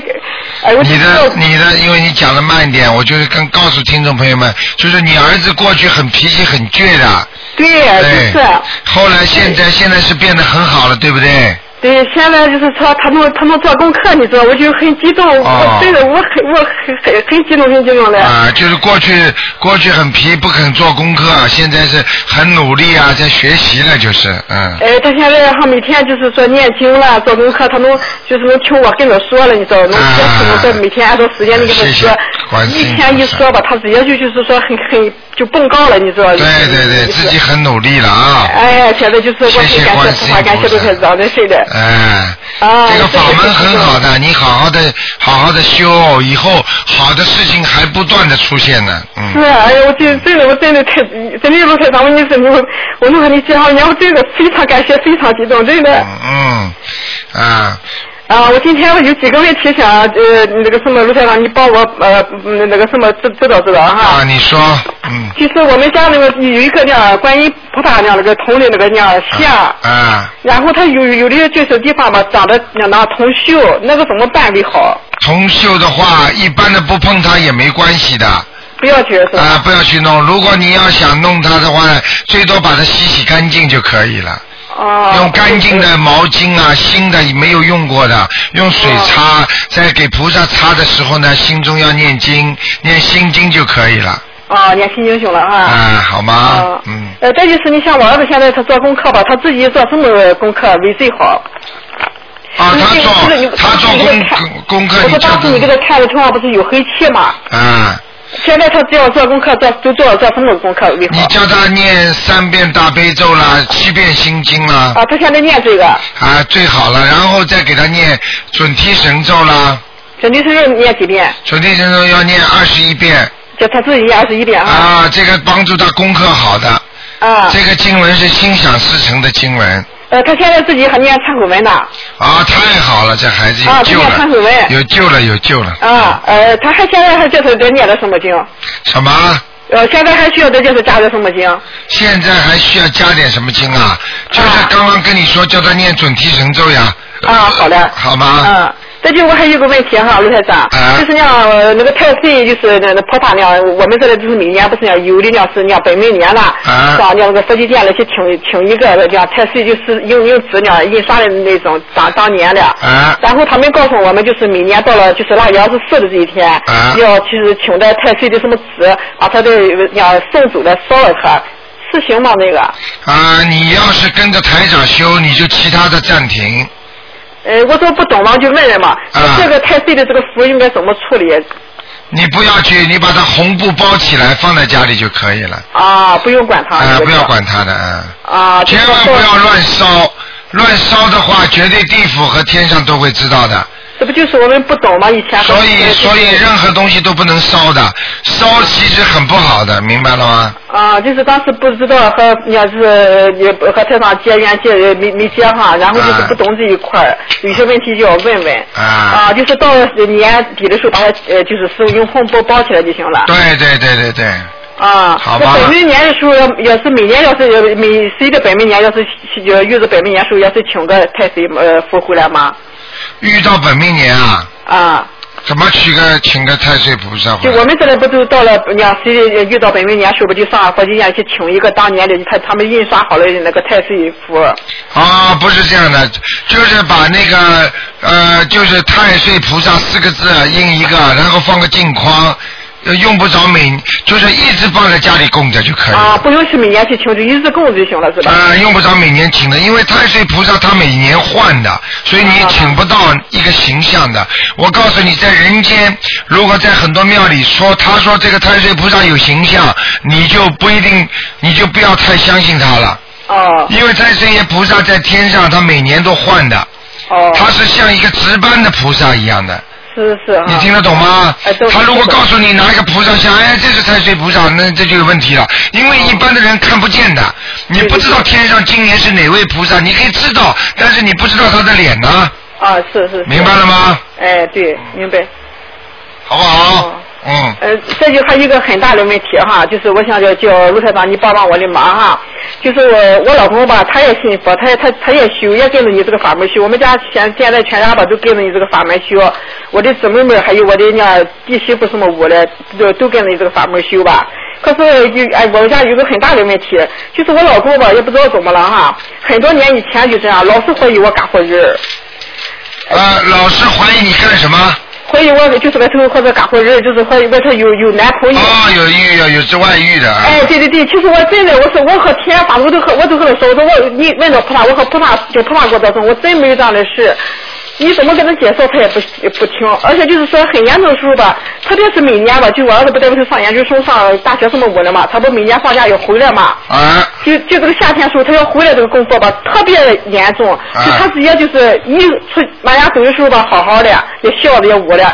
Speaker 6: 哎，我
Speaker 2: 你
Speaker 6: 知
Speaker 2: 的
Speaker 6: 道
Speaker 2: 你的，因为你讲的慢一点，我就是跟告诉听众朋友们，就是你儿子过去很脾气很倔的，
Speaker 6: 对，
Speaker 8: 哎
Speaker 6: 就是，
Speaker 8: 啊
Speaker 2: 后来现在现在是变得很好了，对不对？
Speaker 6: 对，现在就是说他能他能做功课，你知道，我就很激动，
Speaker 2: 哦
Speaker 6: 我真的我很我很很很激动，很激动的。
Speaker 2: 啊，就是过去过去很皮，不肯做功课，啊现在是很努力啊，在学习了，就是嗯。
Speaker 6: 哎，他现在他每天就是说念经了，做功课，他能就是能听我跟着说了，你知道，能接触，能在每天按照时间那个
Speaker 2: 嗯谢谢
Speaker 6: 说，
Speaker 2: 关心
Speaker 6: 一天一说吧，他直接就就是说很很就蹦高了，你知道。
Speaker 2: 对对对，自己。很努力了啊。
Speaker 6: 哎，现在就是我
Speaker 2: 谢
Speaker 6: 很
Speaker 2: 谢
Speaker 6: 感
Speaker 2: 关
Speaker 6: 谢
Speaker 2: 心
Speaker 6: 菩萨，感谢都是长的是的。
Speaker 2: 哎，
Speaker 6: 啊
Speaker 2: 这个法门很好
Speaker 6: 这个
Speaker 2: 的，你好好的好好的修，哦以后好的事情还不断的出现呢，
Speaker 6: 是，
Speaker 2: 嗯。
Speaker 6: 哎呀，我真真的，我真的太，真的卢太长，我你真的，我我能和你介绍你，我真的非常感谢，非常激动，真的。
Speaker 2: 嗯嗯啊，
Speaker 6: 啊，我今天我有几个问题想，呃，那个什么，卢台长，你帮我呃，嗯那个什么指指导指导哈。
Speaker 2: 啊，你说，嗯，
Speaker 6: 其实我们家那个有一个呃那样观音菩萨那样那个铜的那个那样像，
Speaker 2: 啊，
Speaker 6: 然后它有有的就是地方吧长得那那铜锈，那个怎么办为好？
Speaker 2: 铜锈的话，一般的不碰它也没关系的，
Speaker 6: 不要去是吧？
Speaker 2: 啊，不要去弄。如果你要想弄它的话，最多把它洗洗干净就可以了。
Speaker 6: 哦、
Speaker 2: 用干净的毛巾啊，新的没有用过的，用水
Speaker 6: 哦
Speaker 2: 擦。在给菩萨擦的时候呢，心中要念经，念心经就可以了。
Speaker 6: 啊，念心经行了哈。
Speaker 2: 啊，好吗
Speaker 6: 哦？
Speaker 2: 嗯，
Speaker 6: 呃，再就是你像我儿子现在他做功课吧，他自己做什么功课为最好？
Speaker 2: 啊，
Speaker 6: 你
Speaker 2: 他
Speaker 6: 这个这个你
Speaker 2: 做他做
Speaker 6: 你这个看
Speaker 2: 功功课，
Speaker 6: 我
Speaker 2: 你
Speaker 6: 说当时你嗯
Speaker 2: 就
Speaker 6: 给他看的头上不是有黑气吗？
Speaker 2: 啊，
Speaker 6: 现在他只要做功课，做就做做什么功课为
Speaker 2: 你
Speaker 6: 好？
Speaker 2: 叫他念三遍大悲咒啦，七遍心经啦，
Speaker 6: 啊，他现在念这个，
Speaker 2: 啊，最好了，然后再给他念准提神咒啦，
Speaker 6: 准提神念几遍？
Speaker 2: 准提神咒要念二十一遍。
Speaker 6: 就他自己念二十一遍啊。
Speaker 2: 啊，这个帮助他功课好的，
Speaker 6: 啊。
Speaker 2: 这个经文是心想事成的经文
Speaker 6: 呃，他现在自己还念忏悔文呢。
Speaker 2: 啊，太好了，这孩子有
Speaker 6: 啊
Speaker 2: 救
Speaker 6: 他念忏悔
Speaker 2: 了，
Speaker 6: 文
Speaker 2: 有救了，有救了。
Speaker 6: 啊，呃，他还现在还这是在念的什么经？
Speaker 2: 什么？
Speaker 6: 呃，现在还需要在这是加的什么经？
Speaker 2: 现在还需要加点什么经啊？就是
Speaker 6: 啊
Speaker 2: 刚刚跟你说叫他念准提神咒呀。
Speaker 6: 啊，好的。
Speaker 2: 好吗？
Speaker 6: 嗯，再就我还有个问题哈，卢台长，
Speaker 2: 啊
Speaker 6: 就是那呃那个太岁，就是那那菩萨那，我们这里就是每年不是那有的那是那本命年了，
Speaker 2: 啊
Speaker 6: 上那个佛祭殿里去请请一个那太岁，就是用用纸那印刷的那种当当年的。
Speaker 2: 啊
Speaker 6: 然后他们告诉我们，就是每年到了就是腊月二十四的这一天，
Speaker 2: 啊
Speaker 6: 要就是请的太岁的什么纸，把他的呃那送走了烧了它，是行吗？那个，
Speaker 2: 啊，你要是跟着台长修，你就其他的暂停。
Speaker 6: 呃，我说不懂嘛，就问人嘛，
Speaker 2: 啊
Speaker 6: 这个太岁的这个符应该怎么处理？
Speaker 2: 你不要去，你把它红布包起来放在家里就可以了。
Speaker 6: 啊，不用管它。
Speaker 2: 啊、
Speaker 6: 这个
Speaker 2: 不要管它的啊。
Speaker 6: 啊，
Speaker 2: 千万不要乱烧，乱烧的话，绝对地府和天上都会知道的。
Speaker 6: 这不就是我们不懂吗？以前
Speaker 2: 所以，所以任何东西都不能烧的，烧其实很不好的，明白了吗？
Speaker 6: 啊，就是当时不知道和你要是也不和台长结缘结没没结哈，然后就是不懂这一块儿，有些问题就要问问。
Speaker 2: 啊。
Speaker 6: 啊，就是到了年底的时候把它呃就是收用红布包起来就行了。
Speaker 2: 对对对对对，
Speaker 6: 啊，
Speaker 2: 好吧
Speaker 6: 那本命年的时候要要是每年要是呃每谁的本命年要是呃遇着本命年时候要是请个太岁呃佛回来吗？
Speaker 2: 遇到本命年啊，
Speaker 6: 啊。
Speaker 2: 怎么娶个请个太岁菩萨回
Speaker 6: 就
Speaker 2: 来？
Speaker 6: 我们这里不就到了，你看谁遇到本命年时候，不就上佛经院去请一个当年的他他们印刷好了那个太岁符
Speaker 2: 啊，不是这样的，就是把那个呃，就是太岁菩萨四个字啊印一个，然后放个镜框，呃用不着每就是一直放在家里供着就可以。
Speaker 6: 啊，不用是每年去请，就一直供就行了，是吧？
Speaker 2: 啊，用不着每年请的，因为太岁菩萨他每年换的，所以你请不到一个形象的。我告诉你，在人间，如果在很多庙里说他说这个太岁菩萨有形象，你就不一定，你就不要太相信他了。
Speaker 6: 哦。
Speaker 2: 因为太岁爷菩萨在天上，他每年都换的。
Speaker 6: 哦。
Speaker 2: 他是像一个值班的菩萨一样的。
Speaker 6: 是是啊。
Speaker 2: 你听得懂吗
Speaker 6: 哎，都？
Speaker 2: 他如果告诉你拿一个菩萨像，哎，这是太岁菩萨，那这就有问题了，因
Speaker 6: 哦
Speaker 2: 为一般的人看不见的，你不知道天上今年是哪位菩萨，你可以知道，但是你不知道他的脸呢，
Speaker 6: 啊，是是。是
Speaker 2: 明白了吗？
Speaker 6: 哎，对，明白。
Speaker 2: 好不好？嗯，
Speaker 6: 呃，这就还有一个很大的问题哈，就是我想叫叫卢台长你帮帮我的忙哈，就是我我老公吧，他也信佛，他也他他也修，也跟着你这个法门修，我们家现现在全家吧都跟着你这个法门修，我的姊妹们还有我的那弟媳妇什么我的都都跟着你这个法门修吧。可是就哎，我们家有一个很大的问题，就是我老公吧也不知道怎么了哈，很多年以前就这样，老是怀疑我干活人儿。哎
Speaker 2: 呃，老师怀疑你干什么？
Speaker 6: 怀疑我就是外头或者干活人儿，就是怀疑外头有有男朋友。
Speaker 2: 哦，有遇有有这外遇的啊，
Speaker 6: 哎，对对对，其实我真的，我说我和天法我都和我都和他说，我说我你问到菩萨，我和菩萨就菩萨给我保证，我真没有这样的事。你怎么跟他解释，他也不也不听，而且就是说很严重的时候吧，特别是每年吧，就我儿子不在外头上研究生、上大学什么我了嘛，他不每年放假要回来嘛，
Speaker 2: 啊，
Speaker 6: 就就这个夏天时候，他要回来这个工作吧，特别严重，
Speaker 2: 啊
Speaker 6: 就他直接就是一出往家走的时候吧，好好的也笑着也舞了。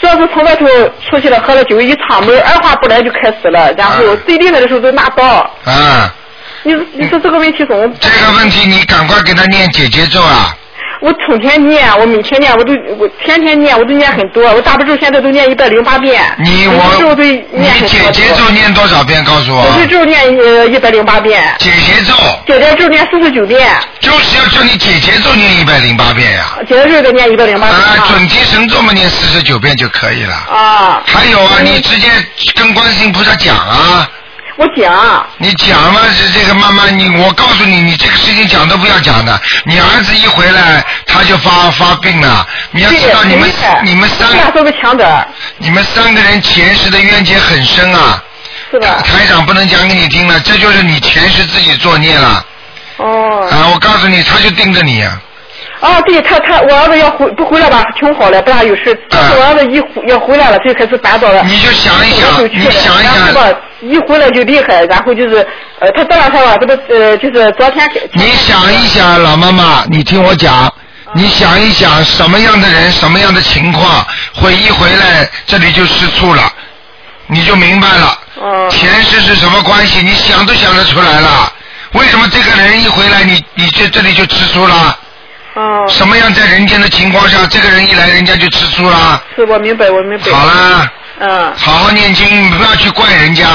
Speaker 6: 主要是从外头出去了，喝了酒一敞门，二话不来就开始了，然后最厉害的时候都拿刀。
Speaker 2: 啊，
Speaker 6: 你你说这个问题怎么办？
Speaker 2: 这个问题你赶快给他念姐姐咒啊，
Speaker 6: 我整天念，我每天念，我都我天天念，我都念很多，我大悲咒现在都念一百零八遍，
Speaker 2: 你
Speaker 6: 大悲咒都
Speaker 2: 我
Speaker 6: 念很
Speaker 2: 你
Speaker 6: 多
Speaker 2: 姐姐咒念多少遍？告诉我
Speaker 6: 大
Speaker 2: 啊
Speaker 6: 悲，咒念呃一百零八遍，
Speaker 2: 姐姐咒
Speaker 6: 姐姐咒念四十九遍，
Speaker 2: 就是要叫你姐姐咒念一百零八遍呀、
Speaker 6: 姐姐咒得念一百零八遍
Speaker 2: 啊，
Speaker 6: 啊
Speaker 2: 准提神咒嘛念四十九遍就可以了。
Speaker 6: 啊，
Speaker 2: 还有啊，你直接跟观世音菩萨讲啊，
Speaker 6: 我讲。
Speaker 2: 你讲嘛，这这个慢慢你，我告诉你，你这个事情讲都不要讲的。你儿子一回来他就发发病了，你要
Speaker 6: 对，
Speaker 2: 知道你们
Speaker 6: 很厉害
Speaker 2: 你们
Speaker 6: 我俩
Speaker 2: 三
Speaker 6: 都是强点儿，
Speaker 2: 你们三个人前世的冤结很深啊，
Speaker 6: 是吧？
Speaker 2: 台长不能讲给你听了，这就是你前世自己作孽了
Speaker 6: 哦，
Speaker 2: 啊！我告诉你，他就盯着你啊。
Speaker 6: 哦，对他他我儿子要回不回来吧，挺好了，不大有事。但是我儿子一回要回来了，他就开始烦躁了。
Speaker 2: 嗯你就想一想
Speaker 6: 我就去了
Speaker 2: 你想一想
Speaker 6: 然后吧，一回来就厉害，然后就是呃，他这两天吧，这不呃，就是昨天
Speaker 2: 你想一想，老妈妈，你听我讲，你想一想什么样的人，什么样的情况，会一回来这里就吃醋了，你就明白了。
Speaker 6: 嗯
Speaker 2: 前世是什么关系，你想都想得出来了。为什么这个人一回来，你你这这里就吃醋了？
Speaker 6: 哦，
Speaker 2: 什么样在人间的情况下，这个人一来，人家就吃醋了？
Speaker 6: 是我明白，我明白。
Speaker 2: 好啦，
Speaker 6: 嗯，
Speaker 2: 好好念经，不要去怪人家，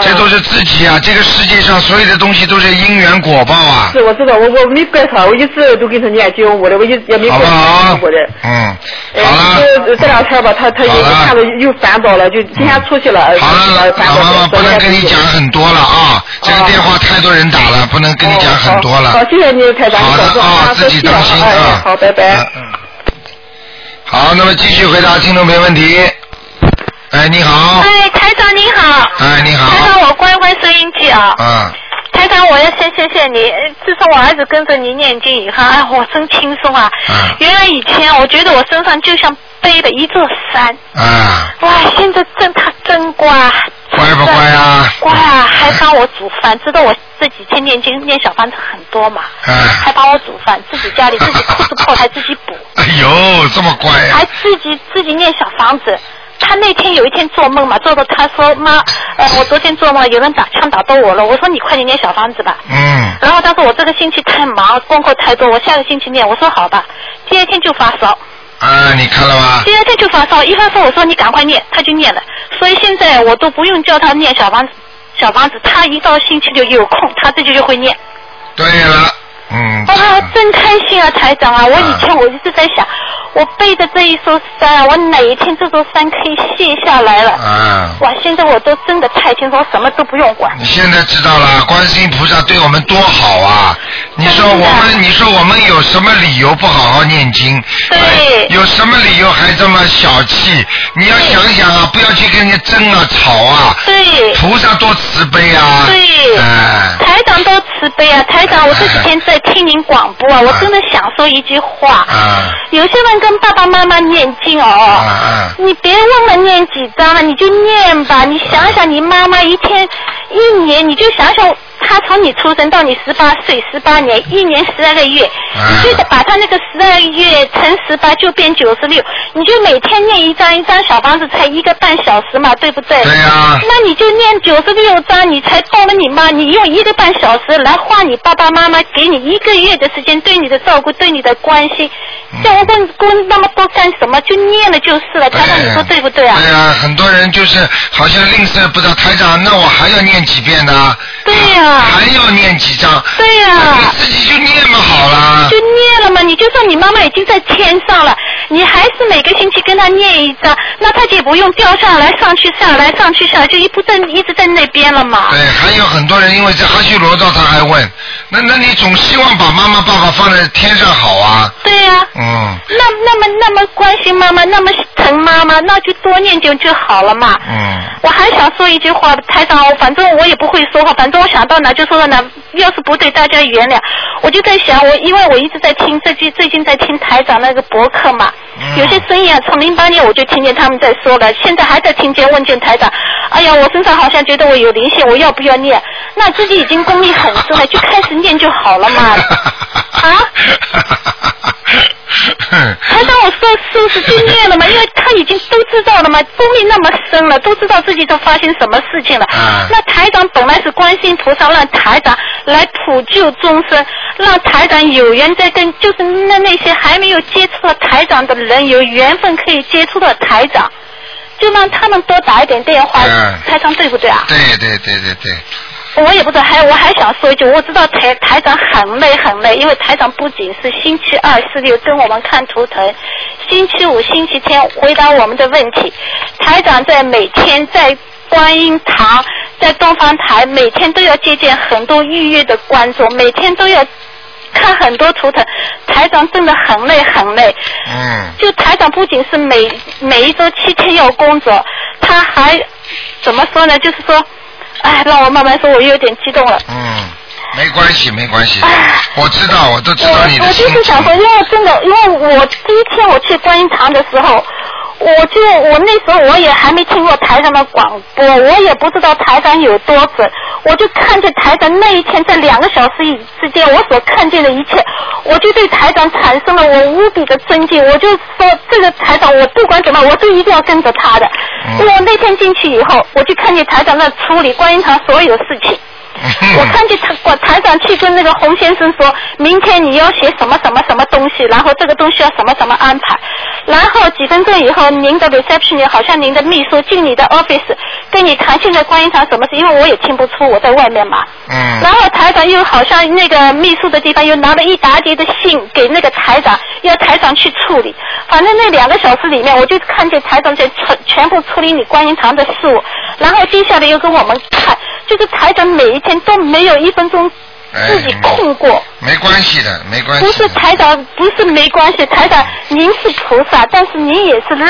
Speaker 2: 这都是自己啊。这个世界上所有的东西都是因缘果报啊。
Speaker 6: 是我知道，我我没怪他，我一直都跟他念经，我的我一也啊没怪他我的。
Speaker 2: 嗯，
Speaker 6: 哎，这这两天吧，他他又看着又烦躁了，就今天出去了，呃好了，
Speaker 2: 嗯
Speaker 6: 烦
Speaker 2: 老妈妈
Speaker 6: 躁
Speaker 2: 不能跟你讲很多了啊，这个电话太多人打了，不能跟你讲很多
Speaker 6: 哦好
Speaker 2: 了，。
Speaker 6: 谢谢你，台长，
Speaker 2: 好的
Speaker 6: 你保重
Speaker 2: 啊自己当心
Speaker 6: 哎
Speaker 2: 啊
Speaker 6: 好，拜拜。
Speaker 2: 好，那么继续回答听众朋友问题。哎，你好，
Speaker 9: 哎，台长您好。
Speaker 2: 哎，你
Speaker 9: 台
Speaker 2: 好，
Speaker 9: 长，我乖乖收音机啊。
Speaker 2: 嗯，
Speaker 9: 台长，我要先谢谢你。呃自从我儿子跟着您念经以后，哎，我真轻松啊。
Speaker 2: 嗯
Speaker 9: 原来以前我觉得我身上就像
Speaker 3: 背的一座山。
Speaker 2: 啊，
Speaker 3: 哇，现在真他真乖，
Speaker 2: 乖不乖啊？
Speaker 3: 乖啊，还帮我煮饭，知道我这几天念经念小房子很多嘛，
Speaker 2: 啊，
Speaker 3: 还帮我煮饭，自己家里自己裤子破还自己补，
Speaker 2: [LAUGHS] 哎呦，这么乖啊呀、
Speaker 3: 还自己自己念小房子。他那天有一天做梦嘛，做到他说妈，呃，我昨天做梦有人打枪打到我了，我说你快点念小房子吧。
Speaker 2: 嗯，
Speaker 3: 然后他说我这个星期太忙，功课太多，我下个星期念。我说好吧，第二天就发烧，
Speaker 2: 啊，你看了吧？
Speaker 3: 第二天就发烧，一发烧我说你赶快念，他就念了。所以现在我都不用叫他念小房子，小房子他一到星期六有空，他自己就会念。
Speaker 2: 对了，嗯，
Speaker 3: 哇、真开心啊，台长啊！我以前我一直在想，我背着这一座山啊，我哪一天这座山可以卸下来了？
Speaker 2: 啊，
Speaker 3: 哇，现在我都真的太轻松，我什么都不用管。
Speaker 2: 你现在知道了，观世音菩萨对我们多好啊！你说我们，你说我们有什么理由不好好念经？对，有什么理由还这么小气？你要想想啊，不要去跟人家争啊、吵啊。
Speaker 3: 对，
Speaker 2: 菩萨多慈悲啊！
Speaker 3: 对
Speaker 2: 哎，
Speaker 3: 台长多慈悲啊！台长，我这几天在听您广播啊，我真的想说一句话。
Speaker 2: 啊
Speaker 3: 有些人跟爸爸妈妈念经
Speaker 2: 啊
Speaker 3: 哦，
Speaker 2: 啊！
Speaker 3: 你别问了念几张了，你就念吧。你想想，你妈妈一天一年，你就想想她从你出生到你十八岁，十八年，一年十二个月，你就得把她那个十二月乘十八就变九十六，你就每天念一张一张小房子，才一个半小时嘛，对不对？
Speaker 2: 对呀
Speaker 3: 那你就念九十六章，你才到了你妈，你用一个半小时来换你爸爸妈妈给你一个月的时间，对你的照顾，对你的关心，叫我问工那么多干什么？就念了就是了，台长你说对不对啊？
Speaker 2: 对呀、很多人就是好像吝啬，不知道台长，那我还要念几遍呢？
Speaker 3: 对呀、
Speaker 2: 还要念几张？
Speaker 3: 对啊呀、
Speaker 2: 你自己就念嘛好了。
Speaker 3: 就念了嘛，你就算你妈妈已经在天上了，你还是每个星期跟她念一张，那她就也不用掉下来上去下来上去下来，就一不在一直在那边了嘛。
Speaker 2: 对，还有很多人因为在阿修罗道，他还问，那那你总希望把妈妈爸爸放在天上好啊？
Speaker 3: 对呀、
Speaker 2: 嗯
Speaker 3: 那那么那么关心妈妈，那么疼妈妈，那就多念经就好了嘛。
Speaker 2: 嗯，
Speaker 3: 我还想说一句话，台长，我反正我也不会说话，反正我想到哪就说到哪，要是不对大家原谅。我就在想，我因为我一直在听最近最近在听台长那个博客嘛，
Speaker 2: 嗯
Speaker 3: 有些声音啊，从零八年我就听见他们在说了，现在还在听见问见台长，哎呀，我身上好像觉得我有灵性，我要不要念？那自己已经功力很深了，就开始念就好了
Speaker 2: [LAUGHS]
Speaker 3: 嘛。啊？
Speaker 2: 嗯
Speaker 3: 台长，我说是不是就念了嘛？因为他已经都知道了嘛，功力那么深了，都知道自己都发生什么事情了。
Speaker 2: 啊
Speaker 3: 那台长本来是观世音菩萨让台长来普救众生，让台长有缘再跟，就是那那些还没有接触到台长的人，有缘分可以接触到台长，就让他们多打一点电话。
Speaker 2: 嗯
Speaker 3: 台长对不对啊？
Speaker 2: 对对对对对，
Speaker 3: 我也不知道，还我还想说一句，我知道台台长很累很累，因为台长不仅是星期二、四、六跟我们看图腾，星期五、星期天回答我们的问题。台长在每天在观音堂、在东方台，每天都要接见很多预约的观众，每天都要看很多图腾。台长真的很累很累，
Speaker 2: 嗯，
Speaker 3: 就台长不仅是每每一周七天要工作，他还怎么说呢？就是说，哎，让我慢慢说，我又有点激动了。
Speaker 2: 嗯，没关系没关系，我知道我都知
Speaker 3: 我
Speaker 2: 道你的
Speaker 3: 我
Speaker 2: 心
Speaker 3: 就是
Speaker 2: 情
Speaker 3: 想，说，因为真的，因为我第一天我去观音堂的时候，我就我那时候我也还没听过台上的广播，我也不知道台上有多准，我就看见台上那一天在两个小时以之间我所看见的一切，我就对台长产生了我无比的尊敬，我就说这个台长我不管怎么我都一定要跟着他的，因为我那天进去以后，我就看见台长在处理观音堂所有事情。
Speaker 2: 嗯
Speaker 3: 我看见台管台长去跟那个洪先生说，明天你要写什么什么什么东西，然后这个东西要什么什么安排。然后几分钟以后，您的 reception 好像您的秘书进你的 office 跟你谈现在观音堂什么事，因为我也听不出我在外面嘛。
Speaker 2: 嗯
Speaker 3: 然后台长又好像那个秘书的地方又拿了一大叠的信给那个台长，要台长去处理。反正那两个小时里面，我就看见台长在全全部处理你观音堂的事务，然后接下来又跟我们看，就是台长每一天都没有一分钟
Speaker 2: 哎
Speaker 3: 自己空过。
Speaker 2: 没关系的没关系的，
Speaker 3: 不是台长，不是没关系，台长您是菩萨，但是您也是肉，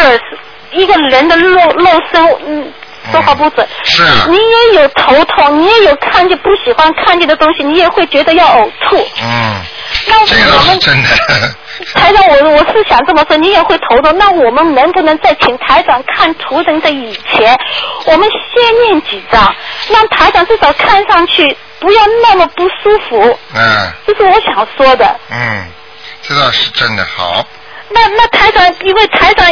Speaker 3: 一个人的肉肉身，嗯，说话不准。
Speaker 2: 是啊
Speaker 3: 你也有头痛，你也有看见不喜欢看见的东西，你也会觉得要呕吐。
Speaker 2: 嗯，
Speaker 9: 那
Speaker 2: 这个
Speaker 9: 我
Speaker 2: 是
Speaker 9: 们
Speaker 2: 真的。
Speaker 9: 台长，我我是想这么说，你也会投的。那我们能不能在请台长看图腾的以前，我们先念几张，让台长至少看上去不要那么不舒服？
Speaker 2: 嗯
Speaker 9: 这是我想说的。
Speaker 2: 嗯，这倒是真的。好，
Speaker 9: 那那台长，因为台长，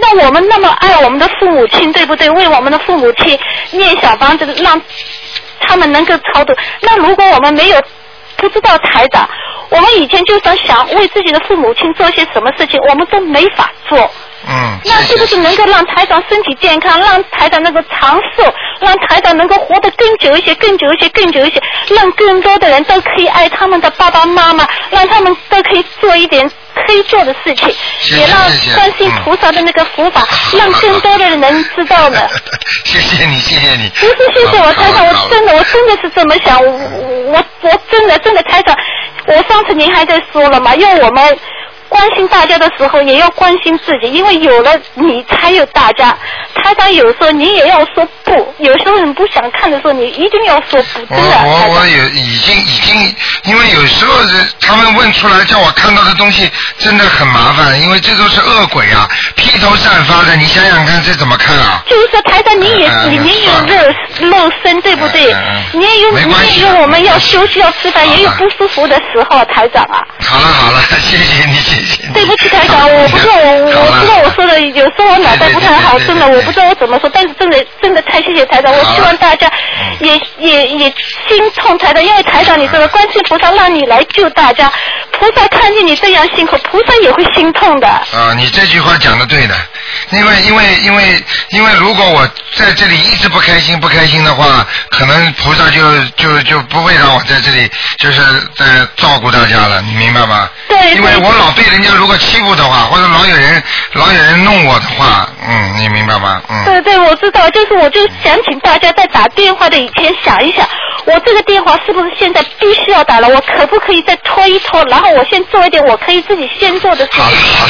Speaker 9: 那我们那么爱我们的父母亲，对不对？为我们的父母亲念小房子，让他们能够超度。那如果我们没有不知道台长，我们以前就想想为自己的父母亲做些什么事情，我们都没法做。
Speaker 2: 嗯，
Speaker 9: 那是不是能够让台长身体健康，让台长能够长寿，让台长能够活得更久一些、更久一些、更久一些，让更多的人都可以爱他们的爸爸妈妈，让他们都可以做一点可以做的事情，
Speaker 2: 谢谢
Speaker 9: 也让
Speaker 2: 谢谢嗯
Speaker 9: 观世音菩萨的那个佛法，
Speaker 2: [LAUGHS]
Speaker 9: 让更多的人知道呢。
Speaker 2: 谢谢你，谢谢你。 [LAUGHS]
Speaker 9: 不是谢谢我台长，我真的我真的是这么想，我我我真的真的台长，我上次您还在说了嘛，要我们关心大家的时候，也要关心自己，因为有了你才有大家。台长有时候你也要说不，有时候你不想看的时候，你一定要说不，
Speaker 2: 我
Speaker 9: 真的。
Speaker 2: 哦我我有已经已经，因为有时候是他们问出来叫我看到的东西真的很麻烦，因为这都是恶鬼啊，披头散发的，你想想看这怎么看啊？
Speaker 9: 就是说，台长，你也
Speaker 2: 嗯嗯
Speaker 9: 你也有
Speaker 2: 算了
Speaker 9: 肉肉身，对不对？你也有
Speaker 2: 哎没关
Speaker 9: 你
Speaker 2: 系
Speaker 9: 也有我们要休息要吃饭，也有不舒服的时候，台长啊。
Speaker 2: 好了好了，谢谢你谢谢你。
Speaker 9: 对不起，台
Speaker 2: [LAUGHS]
Speaker 9: 长，我不是我，我知道我说的，有时候我脑袋不太好，真的
Speaker 2: 嗯
Speaker 9: 我不知道我怎么说，但是真的真的太谢谢台长，我希望大家也也也心痛台长，因为台长你这个观世菩萨让你来救大家，菩萨看见你这样辛苦，菩萨也会心痛的。
Speaker 2: 啊，你这句话讲的对的，因为因为因为因为如果我在这里一直不开心不开心的话，可能菩萨就就就不会让我在这里就是在照顾大家了，你明白吗？
Speaker 9: 对
Speaker 2: 因为我老被人家如果欺负的话，或者老有人老有人弄我的话，嗯，你明白吗？嗯。
Speaker 9: 对对，我知道，就是我就想请大家在打电话的以前想一想，我这个电话是不是现在必须要打了？我可不可以再拖一拖，然后我先做一点我可以自己先做的事情，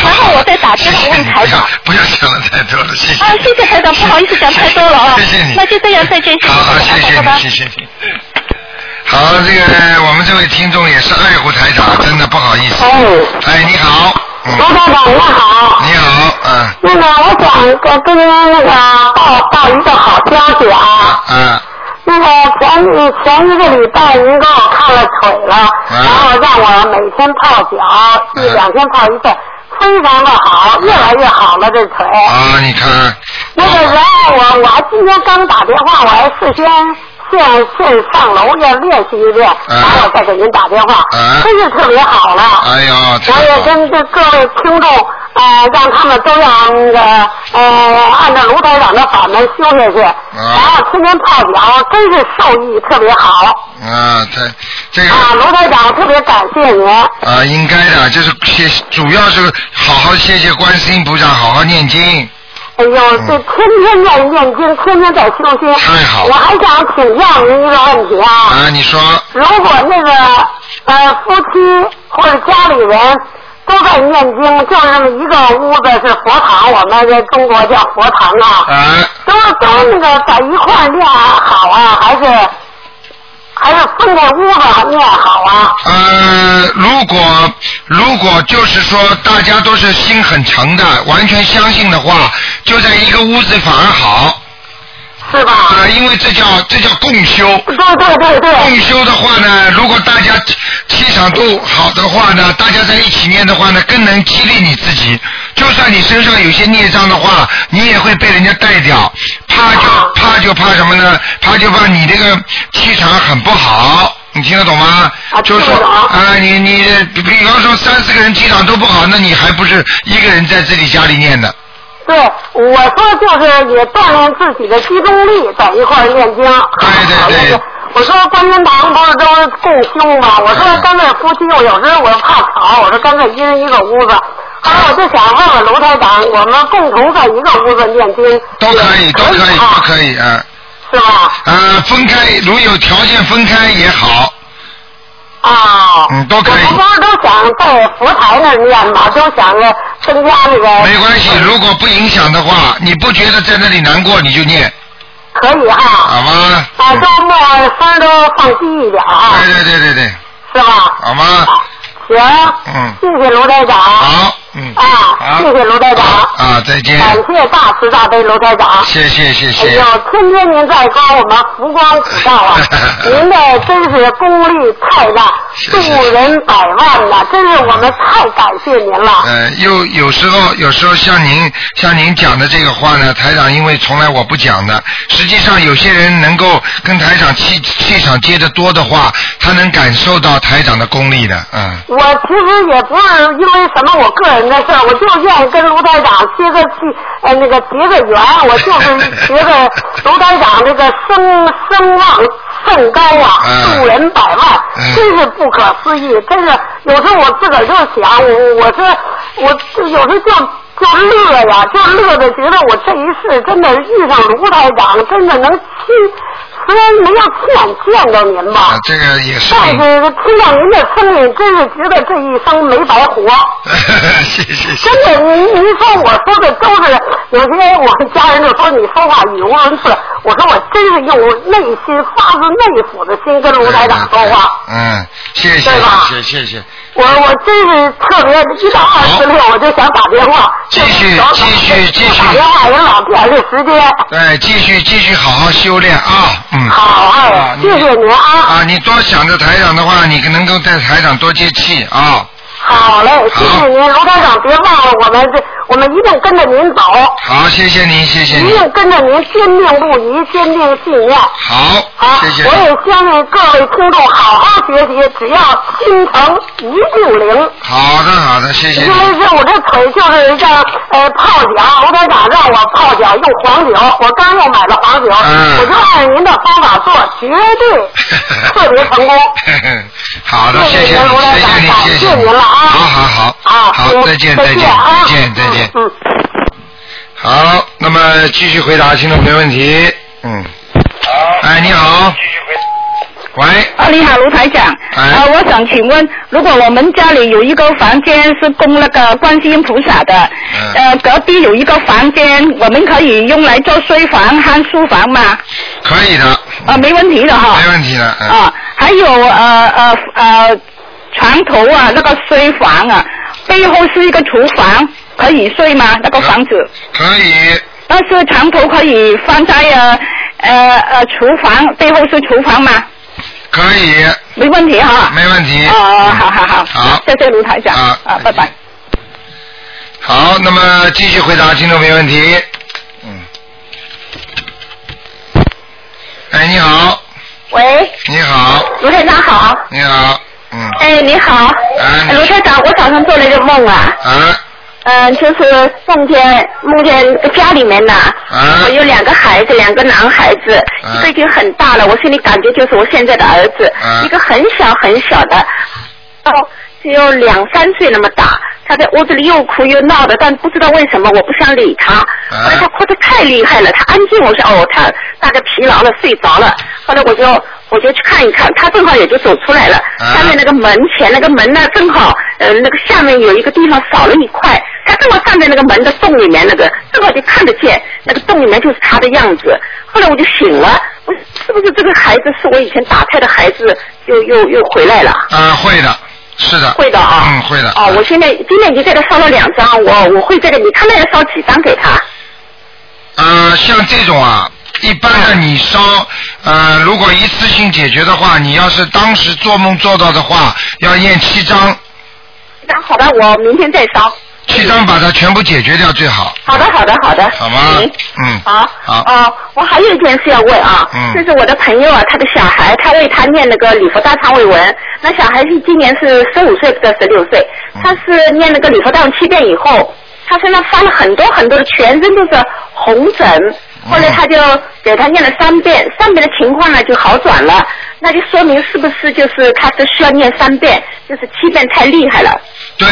Speaker 9: 然后我再打电话问台长。
Speaker 2: 不要想的太多了，谢谢。
Speaker 9: 啊，谢谢台长，不好意思讲太多了啊。
Speaker 2: 谢谢你
Speaker 9: 那就这样，再见，谢
Speaker 6: [LAUGHS]
Speaker 9: 谢
Speaker 2: 好，
Speaker 9: 台
Speaker 2: 谢
Speaker 9: 长，
Speaker 2: 谢
Speaker 9: 拜拜
Speaker 2: 你，谢谢你。好，这个我们这位听众也是爱护台长，真的不好意思。
Speaker 6: 哦。
Speaker 2: 哎，你好。嗯。
Speaker 6: 罗台长，你好。
Speaker 2: 你好，嗯
Speaker 6: 那个，我想跟那个报报一个好消息啊。
Speaker 2: 嗯。
Speaker 6: 那个前一前一个礼拜您给我看了腿了，
Speaker 2: 嗯
Speaker 6: 然后让我每天泡脚，一两天泡一次，非常的好，越来越好了这腿。
Speaker 2: 啊，你看，
Speaker 6: 那个，然后我我还今天刚打电话，我还事先现现上楼要练习一练，
Speaker 2: 啊嗯
Speaker 6: 然后再给您打电话，真是特别好了。
Speaker 2: 哎呦，
Speaker 6: 我也跟这各位听众，呃，让他们都要那个呃，按照卢台长的法门修下去，
Speaker 2: 啊
Speaker 6: 然后天天泡脚，真是受益特别好。
Speaker 2: 啊，这这个
Speaker 6: 啊，卢台长，我特别感谢您。
Speaker 2: 啊，应该的，就是谢，主要是好好谢谢观世音菩萨，好好念经。
Speaker 6: 哎呦，这天天在念经，天天在修心。
Speaker 2: 嗯太好了
Speaker 6: 我还想请教您一个问题啊。
Speaker 2: 啊，你说，
Speaker 6: 如果那个呃夫妻或者家里人都在念经，就那么一个屋子是佛堂，我们这中国叫佛堂啊，
Speaker 2: 嗯
Speaker 6: 都都那个在一块儿念好啊，还是还是分开屋子念好啊？
Speaker 2: 呃，如果如果就是说大家都是心很诚的，完全相信的话，就在一个屋子反而好。
Speaker 6: 是吧？
Speaker 2: 啊、因为这叫这叫共修。对
Speaker 6: 对对对。
Speaker 2: 共修的话呢，如果大家气气场都好的话呢，大家在一起念的话呢，更能激励你自己。就算你身上有些孽障的话，你也会被人家带掉。怕就怕就怕什么呢？怕就怕你这个气场很不好。你听得懂吗？就是说啊，你你比比方说三四个人气场都不好，那你还不是一个人在自己家里念的？
Speaker 6: 对，我说就是也锻炼自己的集中力，在一块儿念经。对对对。我说观音堂不是都是共修吗？我说干脆夫妻，我有时候我怕吵，我说干脆一人一个屋子。后来我就想问问卢台长，我们共同在一个屋子念经，
Speaker 2: 都可以，都可以，都可以啊。
Speaker 6: 是吧？
Speaker 2: 呃，分开，如有条件分开也好。
Speaker 6: 啊。
Speaker 2: 嗯，都可以。
Speaker 6: 我们不是都想在佛台那儿念吗？都想着增加那个。
Speaker 2: 没关系，如果不影响的话，你不觉得在那里难过，你就念，
Speaker 6: 可以哈、
Speaker 9: 哦
Speaker 2: 好吗？嗯
Speaker 6: 啊，周末声儿都放低一点啊，
Speaker 2: 对对对对对，
Speaker 6: 是吧？
Speaker 2: 好吗？
Speaker 9: 行，
Speaker 2: 嗯，
Speaker 9: 谢谢卢台长。
Speaker 2: 好，嗯，
Speaker 9: 啊，谢谢卢台长，
Speaker 2: 啊，再见，
Speaker 9: 感谢大慈大悲卢台长。
Speaker 2: 谢谢谢谢，
Speaker 9: 哎呦，天天您在帮我们福光普照啊！您的真是功力太大，助人百万呐，真是我们太感谢您了。
Speaker 2: 呃，又有时候有时候像您像您讲的这个话呢，台长因为从来我不讲的，实际上有些人能够跟台长气气场接得多的话，他能感受到台长的功力的，嗯。
Speaker 9: 我其实也不是因为什么我个人的事儿，我就愿意跟卢台长接个气，呃，那个结个缘。我就是觉得卢台长这个声声望甚高啊，助人百万，真是不可思议。真是有时候我自个儿就想，我我这我有时候就就乐呀，就乐的觉得我这一世真的遇上卢台长，真的能亲。虽然没有亲眼见到您吧，
Speaker 2: 啊，这个也是
Speaker 9: 但是听到您的声音，真是觉得这一生没白活。
Speaker 2: [LAUGHS] 谢谢。
Speaker 9: 真的，您您说我说的都是，有些我们家人就说你说话语无伦次，我说我真是用内心发自内腑的心跟卢台长说话，
Speaker 2: 嗯，谢谢
Speaker 9: 对吧
Speaker 2: 谢谢谢谢，
Speaker 9: 我我真是特别一到二十六我就想打电话，
Speaker 2: 继续继续继续，
Speaker 9: 打电话也老惦记时间。
Speaker 2: 对，继续继续好好修炼啊，嗯。
Speaker 9: 好，
Speaker 2: 哎，
Speaker 9: 谢谢您啊。
Speaker 2: 啊，你多想着台长的话，你能够在台长多接气啊。
Speaker 9: 好嘞，谢谢您，卢台长，别忘了我们这，我们一定跟着您走，
Speaker 2: 好，谢谢您，谢谢
Speaker 9: 一
Speaker 2: 您。
Speaker 9: 定跟着您坚定不移，坚定信念。
Speaker 2: 好，
Speaker 9: 好，
Speaker 2: 谢谢
Speaker 9: 我也相信各位听众好好学习，只要心诚一定灵。
Speaker 2: 好的好的，谢谢
Speaker 9: 因
Speaker 2: 你。
Speaker 9: 为是我这腿就是让呃泡脚，卢台长让我泡脚用黄酒，我刚又买了黄酒，
Speaker 2: 嗯
Speaker 9: 我就按您的方法做，
Speaker 2: [LAUGHS]
Speaker 9: 绝对 [LAUGHS] 特别成功。
Speaker 2: 好的，谢
Speaker 9: 谢
Speaker 2: 谢
Speaker 9: 您，
Speaker 2: 你，
Speaker 9: 卢台
Speaker 2: 谢谢
Speaker 9: 长，
Speaker 2: 你，
Speaker 9: 感
Speaker 2: 谢
Speaker 9: 谢
Speaker 2: 谢
Speaker 9: 您
Speaker 2: 你。
Speaker 9: 了啊！
Speaker 2: 好好好，
Speaker 9: 啊，
Speaker 2: 好，再见，再
Speaker 9: 再
Speaker 2: 见，
Speaker 9: 啊
Speaker 2: 再见，再见。
Speaker 9: 嗯。
Speaker 2: 好，那么继续回答听众朋友问题。嗯。哎，你好。喂，
Speaker 10: 啊，你好，卢台长。
Speaker 2: 哎
Speaker 10: 啊，我想请问，如果我们家里有一个房间是供那个观世音菩萨的，
Speaker 2: 嗯
Speaker 10: 呃，隔壁有一个房间，我们可以用来做睡房和书房吗？
Speaker 2: 可以的，
Speaker 10: 啊，没问题的哈。
Speaker 2: 没问题的。嗯。
Speaker 10: 啊，还有呃呃呃，床头啊，那个睡房啊，背后是一个厨房，可以睡吗？那个房子？
Speaker 2: 可以。
Speaker 10: 但是床头可以放在呃呃呃厨房，背后是厨房吗？
Speaker 2: 可以。
Speaker 10: 没问题哈。
Speaker 2: 没问题。
Speaker 10: 哦，好好好。
Speaker 2: 好。
Speaker 10: 谢谢卢台长。啊，拜拜。
Speaker 2: 好，那么继续回答听众朋友问题。嗯。哎，你好，
Speaker 6: 喂，
Speaker 2: 你好，
Speaker 6: 卢台长好。
Speaker 2: 你好，嗯
Speaker 6: 哎，你好。哎卢台长，我早上做了一个梦啊。
Speaker 2: 啊。
Speaker 6: 嗯，就是梦见梦见家里面呐、我有两个孩子，两个男孩子，一个已经很大了，我心里感觉就是我现在的儿子，一个很小很小的，哦，只有两三岁那么大，他在屋子里又哭又闹的，但不知道为什么我不想理他。后来他哭得太厉害了，他安静，我说哦，他大概疲劳了，睡着了。后来我就我就去看一看，他正好也就走出来了。下面那个门前那个门呢，正好呃那个下面有一个地方少了一块，他正好站在那个门的洞里面，那个正好就看得见那个洞里面就是他的样子。后来我就醒了，我是不是这个孩子是我以前打胎的孩子又又又回来了？
Speaker 2: 啊，会的，是的。
Speaker 6: 会的啊
Speaker 2: 嗯，会的。
Speaker 6: 哦，我现在今天已经给他烧了两张，我我会这个，你看那要烧几张给他？
Speaker 2: 呃，像这种啊，一般的你烧，呃，如果一次性解决的话，你要是当时做梦做到的话，要念七
Speaker 6: 嗯
Speaker 2: 张，
Speaker 6: 那好吧，我明天再烧。
Speaker 2: 七张把它全部解决掉最好，
Speaker 6: 好的，好的，好的。
Speaker 2: 好吗
Speaker 6: 行？
Speaker 2: 嗯。
Speaker 6: 好。
Speaker 2: 好
Speaker 6: 哦，我还有一件事要问啊，
Speaker 2: 嗯
Speaker 6: 就是我的朋友啊，他的小孩，他为他念那个礼佛大忏悔文，那小孩是今年是十五岁不到十六岁，
Speaker 2: 嗯
Speaker 6: 他是念那个礼佛大忏七遍以后，他身上发了很多很多的，全身都是红疹。后来他就给他念了三遍，三遍的情况呢就好转了，那就说明是不是就是他是需要念三遍，就是七遍太厉害了。
Speaker 2: 对，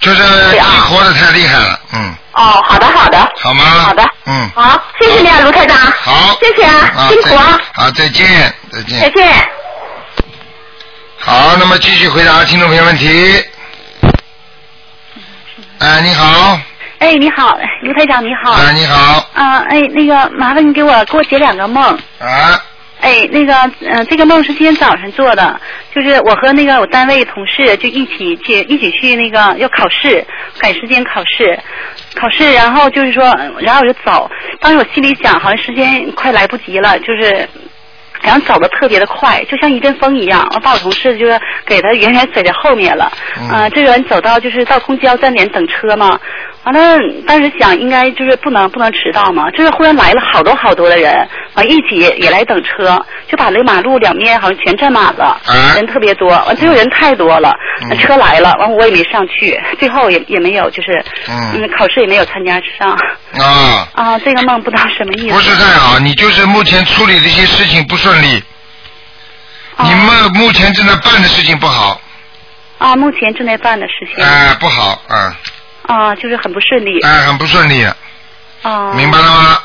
Speaker 2: 就是激
Speaker 6: 啊
Speaker 2: 活的太厉害了，嗯，
Speaker 6: 哦，好的，好的。
Speaker 2: 好吗？
Speaker 6: 好的。
Speaker 2: 嗯，
Speaker 6: 好，谢谢你啊，卢台长。
Speaker 2: 好。
Speaker 6: 谢谢啊，辛苦啊，哎
Speaker 2: 好，再见，再见。
Speaker 6: 再见。
Speaker 2: 好，那么继续回答听众朋友问题。
Speaker 6: 嗯
Speaker 2: 哎，你好，
Speaker 11: 哎，你好，卢台长，你好。
Speaker 2: 哎，你好，
Speaker 6: 啊
Speaker 11: 啊，哎，那个，麻烦你给我给我解两个梦。
Speaker 2: 啊，
Speaker 6: 哎，那个，呃，这个梦是今天早晨做的，就是我和那个我单位同事就一起去，一起去那个要考试，赶时间考试，考试，然后就是说，然后我就走，当时我心里想，好像时间快来不及了，就是。然后走的特别的快，就像一阵风一样。我把我同事就是给他远远甩在后面了。
Speaker 2: 嗯
Speaker 6: 啊、这个人走到就是到公交站点等车嘛。完了，当时想应该就是不能不能迟到嘛。就是忽然来了好多好多的人，完一起也来等车，就把那个马路两面好像全占满了，人特别多。完最后人太多了，
Speaker 2: 啊嗯
Speaker 6: 车来了，完我也没上去，最后也也没有就是
Speaker 2: 嗯
Speaker 6: 考试也没有参加上。
Speaker 2: 啊，
Speaker 6: 啊，这个梦不知道什么意思。
Speaker 2: 不是太好，你就是目前处理的一些事情不顺利，
Speaker 6: 哦
Speaker 2: 你们目前正在办的事情不好，
Speaker 6: 啊，目前正在办的事情。
Speaker 2: 哎、不好，啊、
Speaker 6: 啊，就是很不顺利。
Speaker 2: 哎、很不顺
Speaker 6: 哦
Speaker 2: 利，
Speaker 6: 啊。
Speaker 2: 明白了吗？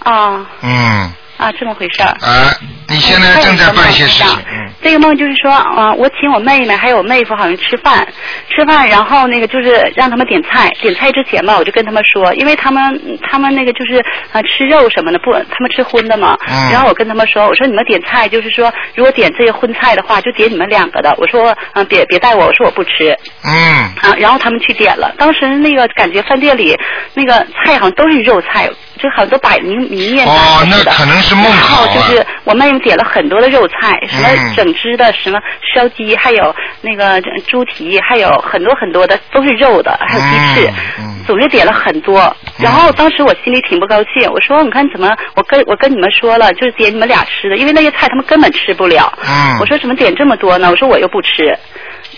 Speaker 6: 啊
Speaker 2: 嗯，
Speaker 6: 啊，这么回事儿。嗯
Speaker 2: 哎、你现在正在办一些事情，嗯
Speaker 6: 啊这个梦就是说，啊、我请我妹妹还有我妹夫好像吃饭，吃饭，然后那个就是让他们点菜，点菜之前吧，我就跟他们说，因为他们嗯他们那个就是啊、呃吃肉什么的不，他们吃荤的嘛，
Speaker 9: 嗯
Speaker 6: 然后我跟他们说，我说你们点菜就是说，如果点这个荤菜的话，就点你们两个的，我说，嗯、别别带我，我说我不吃，
Speaker 2: 嗯
Speaker 6: 啊，然后他们去点了，当时那个感觉饭店里那个菜好像都是肉菜，就好像都摆明明面
Speaker 2: 哦那
Speaker 6: 似的
Speaker 2: 可能是梦
Speaker 6: 然
Speaker 2: 考
Speaker 6: 后
Speaker 2: 啊
Speaker 6: 就是我妹妹点了很多的肉菜，什
Speaker 2: 嗯
Speaker 6: 么整只的，什么烧鸡，还有那个猪蹄，还有很多很多的都是肉的，还有鸡翅，
Speaker 2: 嗯
Speaker 6: 总之点了很多。然后当时我心里挺不高兴，我说你看怎么我跟我跟你们说了，就是点你们俩吃的，因为那些菜他们根本吃不了。
Speaker 2: 嗯
Speaker 6: 我说怎么点这么多呢？我说我又不吃。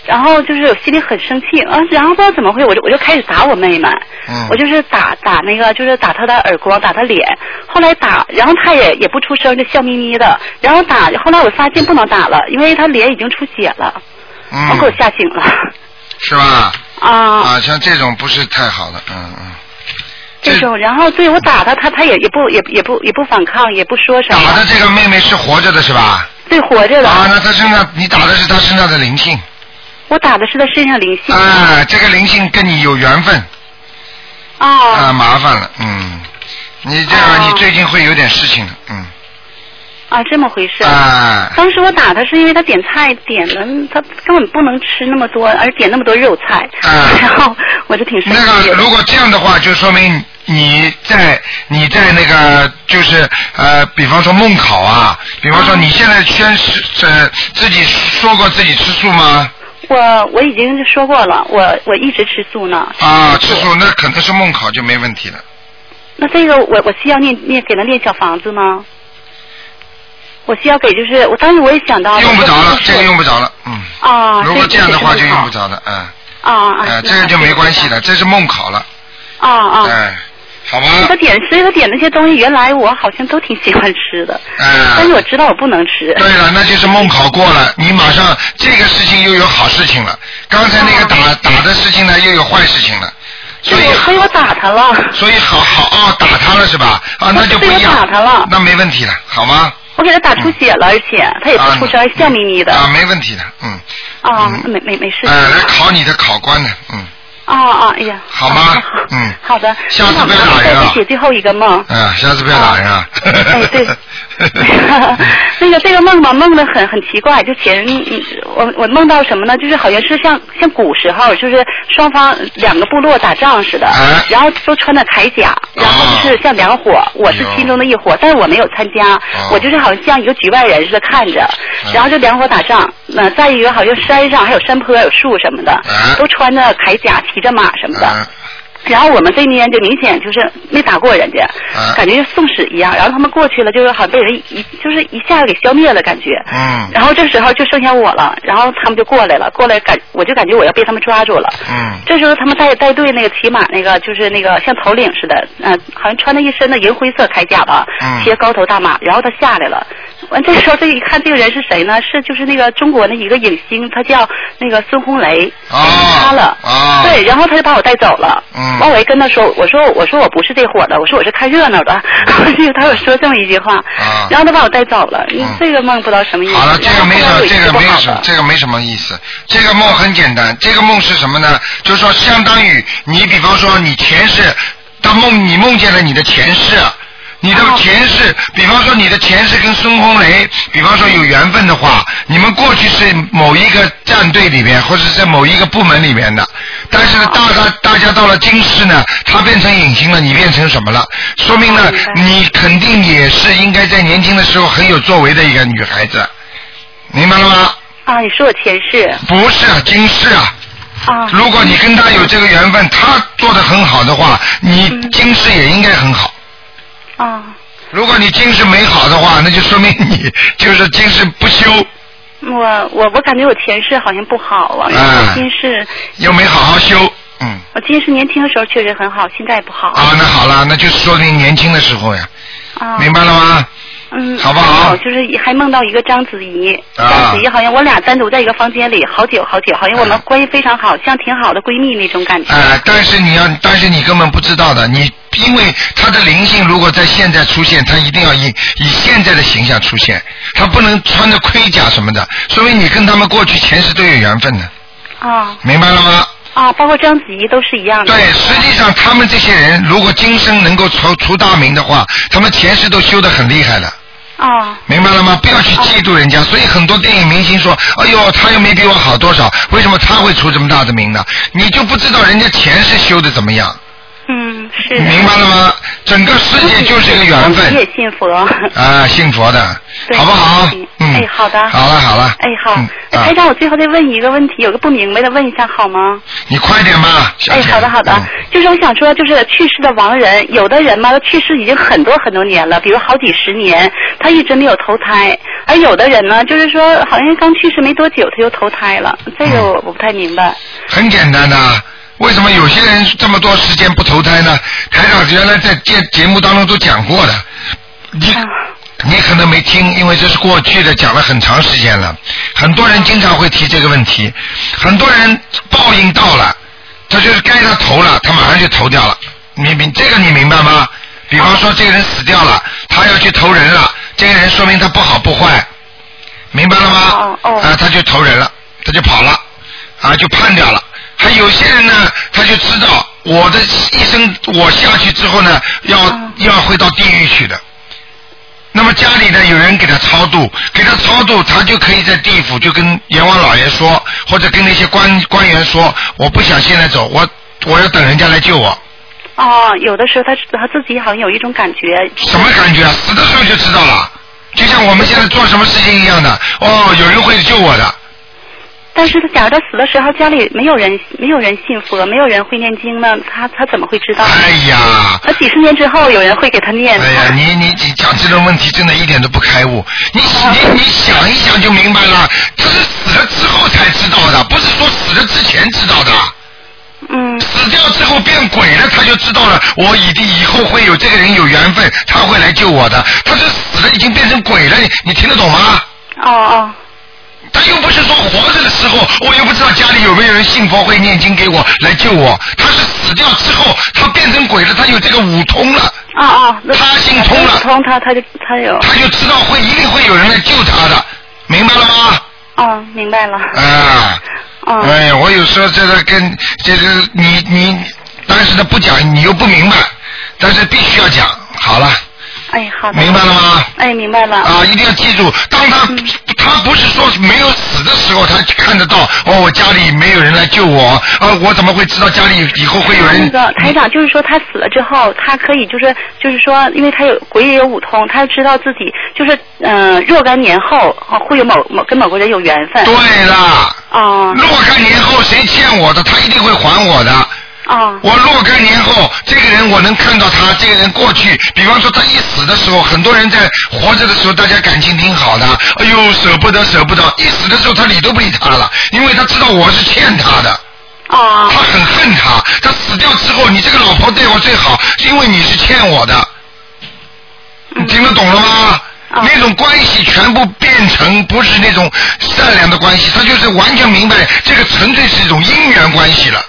Speaker 6: 然后就是我心里很生气啊，然后不知道怎么会，我就我就开始打我妹妹，
Speaker 2: 嗯
Speaker 6: 我就是打打那个，就是打她的耳光，打她脸。后来打，然后她也也不出声，就笑眯眯的。然后打，后来我发现不能打了，因为她脸已经出血了，然后给我
Speaker 2: 嗯，
Speaker 6: 吓醒了。
Speaker 2: 是吧？
Speaker 6: 啊，
Speaker 2: 啊，像这种不是太好的，嗯嗯。
Speaker 6: 这种，然后对我打她，她她也也不也也不也不反抗，也不说什么。
Speaker 2: 打的这个妹妹是活着的是吧？
Speaker 6: 对活啊着的。
Speaker 2: 啊，那她身上你打的是她身上的灵性，
Speaker 6: 我打的是她身上灵性。
Speaker 2: 啊，这个灵性跟你有缘分，
Speaker 6: 啊，
Speaker 2: 啊，麻烦了，嗯，你这样你最近会有点事情的，嗯，
Speaker 6: 啊，这么回事。
Speaker 2: 啊
Speaker 6: 当时我打他是因为他点菜点了，他根本不能吃那么多，而点那么多肉菜。然后我就挺生
Speaker 2: 啊那
Speaker 6: 气
Speaker 2: 个
Speaker 6: 的。
Speaker 2: 如果这样的话，就说明你在你在那个就是呃，比方说梦考啊，比方说你现在先是呃自己说过自己吃素吗？
Speaker 6: 我我已经说过了，我我一直吃素呢。
Speaker 2: 啊，吃素那肯定是梦考就没问题了。
Speaker 6: 那这个我我需要念念给他念小房子吗？我需要给就是我当时我也想到
Speaker 2: 用不着了，这个用不着了，嗯。
Speaker 6: 啊，
Speaker 2: 如果这
Speaker 6: 这
Speaker 2: 样的话就
Speaker 6: 这个
Speaker 2: 用
Speaker 6: 好
Speaker 2: 不着了，嗯。
Speaker 6: 啊啊
Speaker 2: 呃，
Speaker 6: 啊，
Speaker 2: 这个就没关系了，这是梦考了，
Speaker 6: 啊啊。
Speaker 2: 哎，好吧，
Speaker 6: 他点，所以他点那些东西，原来我好像都挺喜欢吃的，但是我知道我不能吃。
Speaker 2: 啊对了，那就是梦考过了，你马上这个事情又有好事情了，刚才那个打、
Speaker 6: 啊
Speaker 2: 打的事情呢又有坏事情了，所
Speaker 6: 哎
Speaker 2: 以所以
Speaker 6: 我打他了，
Speaker 2: 所以好好哦打他了是吧？啊，那就不一样，
Speaker 6: 哎我打他了
Speaker 2: 那没问题了，好吗？
Speaker 6: 我给他打出血了，而且他也不哎出声，笑眯眯的。
Speaker 2: 啊，没问题的，嗯，
Speaker 6: 啊，没没没事。
Speaker 2: 哎、来考你的考官呢，嗯，
Speaker 6: 啊啊，哎呀，
Speaker 2: 好吗？嗯，
Speaker 6: 好的。
Speaker 2: 下次不要打人
Speaker 6: 我
Speaker 2: 了
Speaker 6: 再写最后一个梦。
Speaker 2: 嗯、下次不要打人啊。嗯
Speaker 6: 哎，
Speaker 2: [LAUGHS]
Speaker 6: 对。 [LAUGHS] 那个这个梦吧，梦的很很奇怪，就前嗯我我梦到什么呢？就是好像是像像古时候，就是双方两个部落打仗似
Speaker 2: 嗯
Speaker 6: 的，
Speaker 2: 啊
Speaker 6: 然后都穿的铠甲，然后就是像两伙，我是其中的一伙，但是我没有参加，我就是好像像一个局外人似的看着，然后就两伙打仗。那再一个好像山上还有山坡有树什么的，都穿着铠甲，骑着马什么的。
Speaker 2: 哎啊
Speaker 6: 然后我们这边就明显就是没打过人家，
Speaker 2: 啊
Speaker 6: 感觉就送屎一样。然后他们过去了，就是好像被人一就是一下子给消灭了感觉。
Speaker 2: 嗯
Speaker 6: 然后这时候就剩下我了，然后他们就过来了，过来感我就感觉我要被他们抓住了。
Speaker 2: 嗯
Speaker 6: 这时候他们带带队那个骑马那个就是那个像头领似的，嗯、好像穿的一身的银灰色铠甲吧，
Speaker 2: 嗯
Speaker 6: 骑着高头大马，然后他下来了。完这时候这一看这个人是谁呢？是就是那个中国的一个影星，他叫那个孙红雷，
Speaker 2: 哦
Speaker 6: 他了。
Speaker 2: 啊
Speaker 6: 对，然后他就把我带走了。
Speaker 2: 嗯
Speaker 6: 完我一跟他说，我说我说我不是这伙的，我说我是看热闹的。
Speaker 2: 嗯
Speaker 6: 这个 [LAUGHS] 他有说这么一句话，
Speaker 2: 啊
Speaker 6: 然后他把我带走了。你这个梦不知道什么意思。
Speaker 2: 嗯好了，这
Speaker 6: 然
Speaker 2: 个
Speaker 6: 后
Speaker 2: 没
Speaker 6: 后
Speaker 2: 什
Speaker 6: 来
Speaker 2: 么
Speaker 6: 我，一
Speaker 2: 这
Speaker 6: 直
Speaker 2: 个
Speaker 6: 不
Speaker 2: 没
Speaker 6: 好
Speaker 2: 什么
Speaker 6: 了，
Speaker 2: 这个没什么意思。这个梦很简单，这个梦是什么呢？就是说，相当于你比方说你前世，当梦你梦见了你的前世，你的
Speaker 6: 啊
Speaker 2: 前世，比方说你的前世跟孙红雷，比方说有缘分的话，你们过去是某一个战队里面，或者是在某一个部门里面的，但是呢，
Speaker 6: 啊
Speaker 2: 大家大家到了今世呢，他变成隐形了，你变成什么了？说明呢，你肯定也是应该在年轻的时候很有作为的一个女孩子，明白了吗？
Speaker 6: 啊，你说我前世
Speaker 2: 不是啊，今世啊。
Speaker 6: 啊，
Speaker 2: 如果你跟他有这个缘分，他做的很好的话，你今世也应该很好。
Speaker 6: 啊，
Speaker 2: 如果你今世没好的话，那就说明你 [LAUGHS] 就是今世不修，
Speaker 6: 我我我感觉我前世好像不好啊，因为我今世
Speaker 2: 又没好好修。嗯
Speaker 6: 我今世年轻的时候确实很好，现在不好。
Speaker 2: 啊，那好了，那就是说明年轻的时候呀，
Speaker 6: 啊，
Speaker 2: 明白了吗？
Speaker 6: 嗯，
Speaker 2: 好不好
Speaker 6: 还有就是还梦到一个章子怡，
Speaker 2: 啊
Speaker 6: 章子怡好像我俩单独在一个房间里好久好久，好像我
Speaker 2: 啊
Speaker 6: 们关系非常好，像挺好的闺蜜那种感觉。
Speaker 2: 哎，但是你要，但是你根本不知道的，你因为他的灵性如果在现在出现，他一定要以以现在的形象出现，他不能穿着盔甲什么的，说明你跟他们过去前世都有缘分的，
Speaker 6: 啊
Speaker 2: 明白了吗？
Speaker 6: 啊，包括章子怡都是一样的。
Speaker 2: 对，实际上他们这些人如果今生能够出出大名的话，他们前世都修得很厉害了。
Speaker 6: 啊，
Speaker 2: 明白了吗？不要去嫉妒人家，所以很多电影明星说：“哎呦，他又没比我好多少，为什么他会出这么大的名呢？”你就不知道人家前世修的怎么样。
Speaker 6: 嗯，是。
Speaker 2: 明白了吗？整个世界就是一个缘
Speaker 6: 我也哦
Speaker 2: 分
Speaker 6: 信佛。
Speaker 2: 啊，信佛的，
Speaker 6: 对
Speaker 2: 好不好？嗯，
Speaker 6: 哎，好的。
Speaker 2: 好了好了
Speaker 6: 哎，好。那
Speaker 2: 啊
Speaker 6: 台长，我最后再问一个问题，有个不明白的问一下好吗？
Speaker 2: 你快点吧，小
Speaker 6: 哎，
Speaker 2: 姐。嗯
Speaker 6: 好的好的，就是我想说，就是去世的亡人，有的人嘛，他去世已经很多很多年了，比如好几十年，他一直没有投胎；而有的人呢，就是说好像刚去世没多久，他就投胎了。这
Speaker 2: 嗯
Speaker 6: 个我我不太明白。
Speaker 2: 很简单的、为什么有些人这么多时间不投胎呢？台长原来在节节目当中都讲过的，你、你可能没听，因为这是过去的，讲了很长时间了。很多人经常会提这个问题，很多人报应到了，他就是该他投了，他马上就投掉了。你明这个你明白吗？比方说这个人死掉了，他要去投人了，这个人说明他不好不坏，明白了吗？啊，他就投人了，他就跑了，啊，就判掉了。还有些人呢，他就知道我的一生，我下去之后呢，要、要会到地狱去的。那么家里呢，有人给他超度，给他超度，他就可以在地府就跟阎王老爷说，或者跟那些官官员说，我不想现在走，我我要等人家来救我。
Speaker 6: 哦，有的时候他他自己好像有一种感觉，
Speaker 2: 什么感觉啊？死的时候就知道了，就像我们现在做什么事情一样的。哦，有人会救我的，
Speaker 6: 但是他假如他死的时候家里没有人没有人信佛，没有人会念经呢，他他怎么会知道？
Speaker 2: 哎呀！
Speaker 6: 他几十年之后有人会给他念。
Speaker 2: 哎呀，你你你讲这种问题真的一点都不开悟，你你你想一想就明白了，这是死了之后才知道的，不是说死了之前知道的。
Speaker 6: 嗯。
Speaker 2: 死掉之后变鬼了，他就知道了，我一定以后会有这个人有缘分，他会来救我的。他这死了已经变成鬼了，你你听得懂吗？
Speaker 6: 哦哦。
Speaker 2: 他又不是说活着的时候，我又不知道家里有没有人信佛会念经给我来救我。他是死掉之后，他变成鬼了，他有这个五通了。
Speaker 6: 啊啊！
Speaker 2: 他心通了。
Speaker 6: 通他他就他有。
Speaker 2: 他就知道会一定会有人来救他的，明白了吗？
Speaker 6: 哦，明白了。
Speaker 2: 啊。
Speaker 6: 哦
Speaker 2: 哎呀，我有时候这个跟这个你你，但是呢不讲你又不明白，但是必须要讲。好了，
Speaker 6: 哎，好的。
Speaker 2: 明白了吗？
Speaker 6: 哎，明白了。
Speaker 2: 啊，一定要记住，当他、他不是说没有死的时候，他看得到哦，我家里没有人来救我，啊，我怎么会知道家里以后会有
Speaker 6: 那
Speaker 2: 人？
Speaker 6: 个台长就是说，他死了之后，他可以就是就是说，因为他有鬼也有五通，他知道自己就是嗯、呃若干年后啊会有某某跟某个人有缘分。
Speaker 2: 对啦，
Speaker 6: 哦
Speaker 2: 若干年后谁欠我的，他一定会还我的。
Speaker 6: 哦
Speaker 2: 我若干年后，这个人我能看到他，这个人过去，比方说他一死的时候，很多人在活着的时候，大家感情挺好的，哎呦舍不得舍不得，一死的时候他理都不理他了，因为他知道我是欠他的。
Speaker 6: 哦。
Speaker 2: 他很恨他，他死掉之后，你这个老婆对我最好，因为你是欠我的。
Speaker 6: 嗯
Speaker 2: 你听得懂了吗？那种关系全部变成不是那种善良的关系，他就是完全明白这个纯粹是一种姻缘关系了。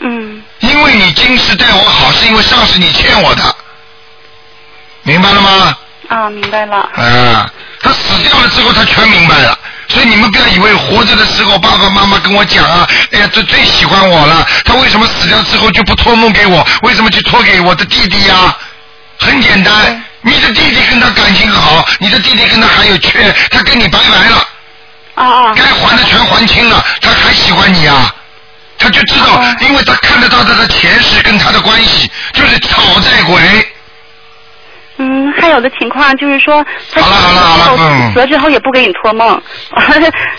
Speaker 6: 嗯。
Speaker 2: 因为你今世对我好，是因为上世你欠我的，明白了吗？
Speaker 6: 啊，明白了。
Speaker 2: 啊，他死掉了之后，他全明白了。所以你们不要以为活着的时候，爸爸妈妈跟我讲啊，哎呀，最最喜欢我了。他为什么死掉之后就不托梦给我？为什么去托给我的弟弟呀、很简单，你的弟弟跟他感情好，你的弟弟跟他还有缺，他跟你拜拜了。
Speaker 12: 啊啊！
Speaker 2: 该还的全还清了，他还喜欢你啊？他就知道，
Speaker 12: 哦
Speaker 2: 因为他看得到他的前世跟他的关系，就是讨债鬼。
Speaker 6: 嗯，还有的情况就是说，他好了
Speaker 2: 好了好了，
Speaker 6: 死了之后也不给你托梦。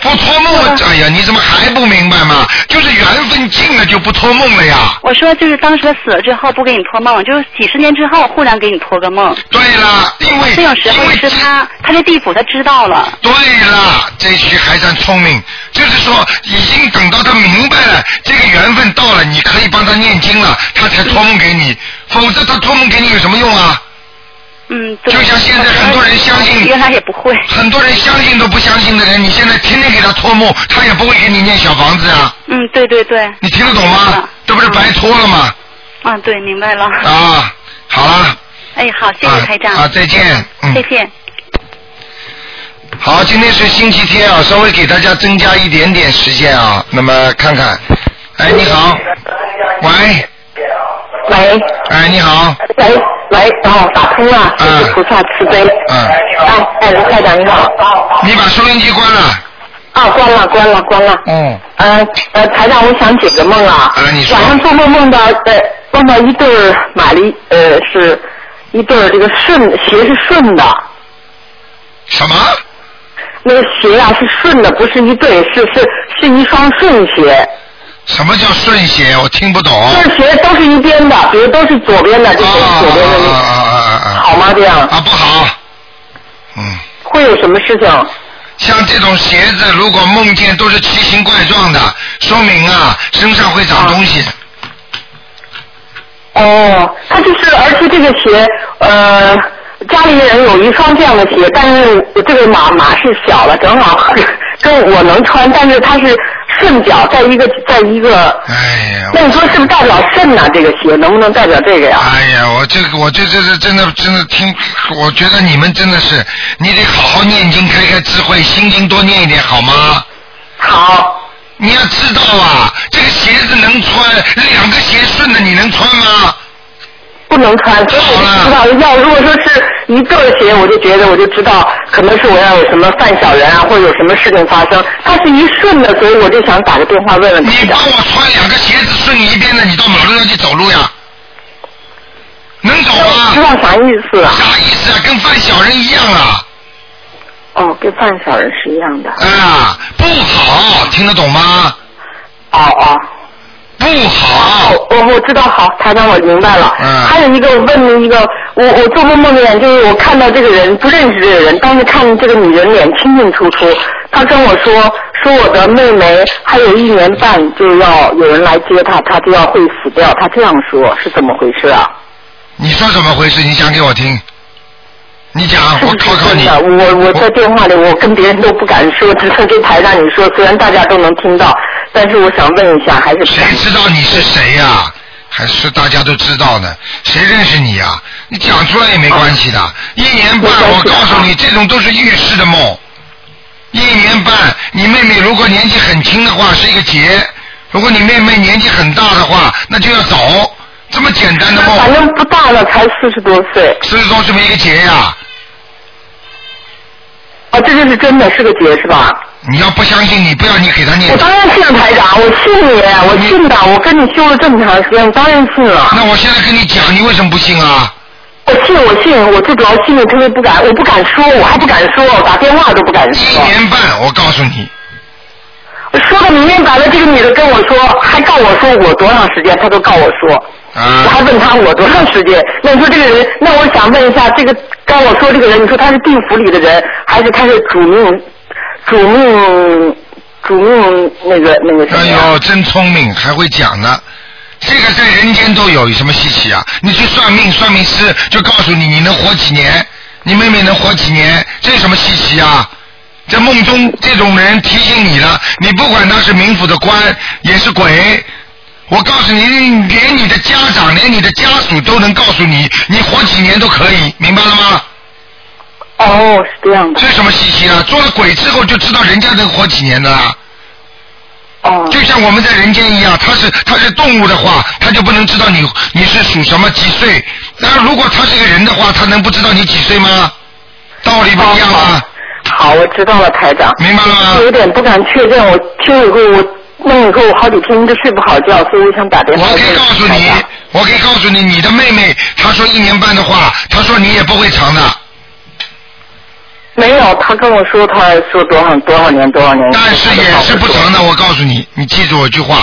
Speaker 2: 不托
Speaker 6: [LAUGHS]
Speaker 2: 梦，哎呀，你怎么还不明白嘛？就是缘分尽了就不托梦了呀。
Speaker 6: 我说就是当时他死了之后不给你托梦，就是几十年之后忽然给你托个梦。
Speaker 2: 对了，因为
Speaker 6: 这种时候是他，他是地府，他知道了。
Speaker 2: 对了，这些还算聪明，就是说已经等到他明白了，这个缘分到了，你可以帮他念经了，他才托梦给你，否则他托梦给你有什么用啊？
Speaker 6: 嗯，
Speaker 2: 就像现在很多人相信，
Speaker 6: 原来也不会。
Speaker 2: 很多人相信都不相信的人，你现在天天给他托梦，他也不会给你念小房子啊。
Speaker 6: 嗯，对对对。
Speaker 2: 你听得懂
Speaker 6: 嗯
Speaker 2: 吗？这不是白托了吗？
Speaker 6: 啊，对，明白了。
Speaker 2: 啊，好了。
Speaker 6: 哎，好，谢谢台长。
Speaker 2: 啊，再见。嗯。
Speaker 6: 再见。
Speaker 2: 好，今天是星期天啊，稍微给大家增加一点点时间啊。那么看看，哎，你好，喂。
Speaker 9: 喂。
Speaker 2: 哎，你好。
Speaker 9: 喂喂，哦，打通了，谢谢菩萨慈悲。
Speaker 2: 嗯。
Speaker 9: 哎哎，卢台长你好。
Speaker 2: 你把收音机关了。
Speaker 9: 啊，关了，关了，关了。
Speaker 2: 嗯。
Speaker 9: 呃呃，台长，我想解个梦啊。
Speaker 2: 啊，你说。
Speaker 9: 晚上做梦梦到呃，梦到一对儿马丽，呃，是一对儿这个顺鞋是顺的。
Speaker 2: 什么？
Speaker 9: 那个鞋啊是顺的，不是一对，是是是一双顺鞋。
Speaker 2: 什么叫顺鞋？我听不懂。
Speaker 9: 就是鞋都是一边的，比如都是左边的，就都是左边的，
Speaker 2: 啊啊啊啊啊！
Speaker 9: 好吗？这样
Speaker 2: 啊，不好。嗯。
Speaker 9: 会有什么事情？
Speaker 2: 像这种鞋子，如果梦见都是奇形怪状的，说明啊，身上会长东西。
Speaker 9: 哦，他就是，而且这个鞋，呃，家里人有一双这样的鞋，但是这个码码是小了，正好合跟我能穿，但是它是顺脚，在一个在一个。
Speaker 2: 哎呀。
Speaker 9: 那你说是不是代表肾呢、这个鞋能不能代表这个呀？
Speaker 2: 哎呀，我这个，我这这是真的，真的听，我觉得你们真的是，你得好好念经，开开智慧，心经多念一点，好吗？
Speaker 9: 好。
Speaker 2: 你要知道啊，这个鞋子能穿，两个鞋顺的你能穿吗？
Speaker 9: 不能穿，所以我就知道，要如果说是一对儿鞋，我就觉得我就知道，可能是我要有什么犯小人啊，或者有什么事情发生。它是一顺的，所以我就想打个电话问问
Speaker 2: 你帮我穿两个鞋子顺一边的，你到马路上去走路呀？能走吗？
Speaker 9: 知道啥意思啊？
Speaker 2: 啥意思啊？跟犯小人一样啊！
Speaker 9: 哦，跟犯小人是一样的。
Speaker 2: 啊，不好，听得懂吗？
Speaker 9: 哦哦。
Speaker 2: 不好。
Speaker 9: 我哦我知道，好，台长，我明白了。嗯。还有一个，我问你一个，我我做梦梦见，就是我看到这个人不认识这个人，但是看见这个女人脸清清楚楚，她跟我说说我的妹妹还有一年半就要有人来接她，她就要会死掉，她这样说是怎么回事啊？
Speaker 2: 你说怎么回事？你讲给我听。你讲，
Speaker 9: 啊 [LAUGHS]
Speaker 2: 我考考
Speaker 9: 真
Speaker 2: 你。
Speaker 9: 的，我我在电话里，我跟别人都不敢说，只能跟台长你说。虽然大家都能听到，但是我想问一下，还是
Speaker 2: 谁知道你是谁呀、还是大家都知道呢？谁认识你呀、你讲出来也没关系的。一年半，
Speaker 9: 啊
Speaker 2: 我告诉你，这种都是预示的梦。一年半，你妹妹如果年纪很轻的话是一个劫，如果你妹妹年纪很大的话，那就要走。这么简单的梦。
Speaker 9: 反正不大了，才四十多岁。
Speaker 2: 四十多是不是一个劫呀、
Speaker 9: 哦，这就是真的是个劫是吧？
Speaker 2: 你要不相信，你不要你给他念。
Speaker 9: 我当然信了台长，我信你，我信的，我跟你修了这么长时间，我当然信了。
Speaker 2: 那我现在跟你讲，你为什么不信啊？
Speaker 9: 我信，我信，我最主要心里特别不敢，我不敢说，我还不敢说，我打电话都不敢说。
Speaker 2: 一年半，我告诉你，
Speaker 9: 说的明明白白，这个女的跟我说，还告我说我多长时间，她都告我说。我
Speaker 2: 啊
Speaker 9: 还问她我多长时间？那你说这个人，那我想问一下，这个跟我说这个人，你说他是地府里的人，还是他是主命？主命，主命那个那个什么啊
Speaker 2: 哎
Speaker 9: 呀？
Speaker 2: 呦，真聪明，还会讲呢。这个在人间都有，有什么稀奇啊？你去算命，算命师就告诉你你能活几年，你妹妹能活几年，这有什么稀奇啊？在梦中这种人提醒你了，你不管他是冥府的官，也是鬼。我告诉你，连你的家长，连你的家属都能告诉你，你活几年都可以，明白了吗？
Speaker 9: 哦，是这样的。
Speaker 2: 这有什么稀奇啊？做了鬼之后就知道人家能活几年的啦。
Speaker 9: 哦。
Speaker 2: 就像我们在人间一样，它是它是动物的话，它就不能知道你你是属什么几岁。那如果它是个人的话，它能不知道你几岁吗？道理不一样啊。
Speaker 9: 哦好，我知道了，台长。
Speaker 2: 明白了吗？
Speaker 9: 我有点不敢确认，我听以后我弄以后我好几天都睡不好觉，所以我想打电话。
Speaker 2: 我可以告诉你，我可以告诉你，你的妹妹她说一年半的话，她说你也不会长的。
Speaker 9: 哦没有，他跟我说他说多少多少年多少年。
Speaker 2: 但是也是不长的，我告诉你，你记住我句话，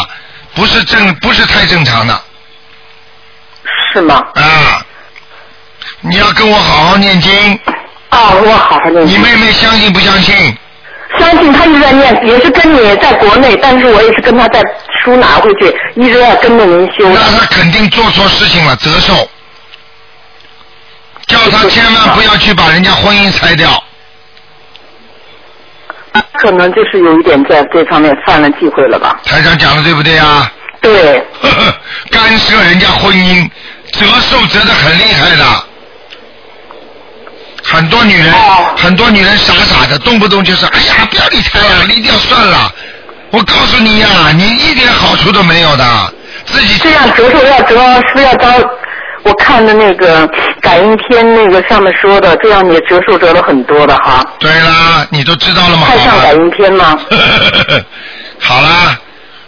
Speaker 2: 不是正不是太正常的。
Speaker 9: 是吗？
Speaker 2: 啊，你要跟我好好念经。
Speaker 9: 啊，我好好念
Speaker 2: 你妹妹相信不相信？
Speaker 9: 相信他一直在念，也是跟你在国内，但是我也是跟他在书拿回去，一直要跟着您修。
Speaker 2: 那他肯定做错事情了，折寿。叫他千万不要去把人家婚姻拆掉。
Speaker 9: 可能就是有一点在这方面犯了忌讳了吧。
Speaker 2: 台长讲的对不对啊？ [LAUGHS]
Speaker 9: 对。
Speaker 2: 呵呵干涉人家婚姻，折寿折的很厉害的。很多女人，
Speaker 9: 哦
Speaker 2: 很多女人傻傻的，动不动就是哎呀，不要理他呀，离掉算了。我告诉你呀、你一点好处都没有的。自己
Speaker 9: 这样折寿要折，是不是要招？我看的那个感应篇那个上面说的，这样也折寿折了很多的哈。
Speaker 2: 对啦，你都知道了吗？
Speaker 9: 太上感应篇吗？
Speaker 2: [LAUGHS] 好啦，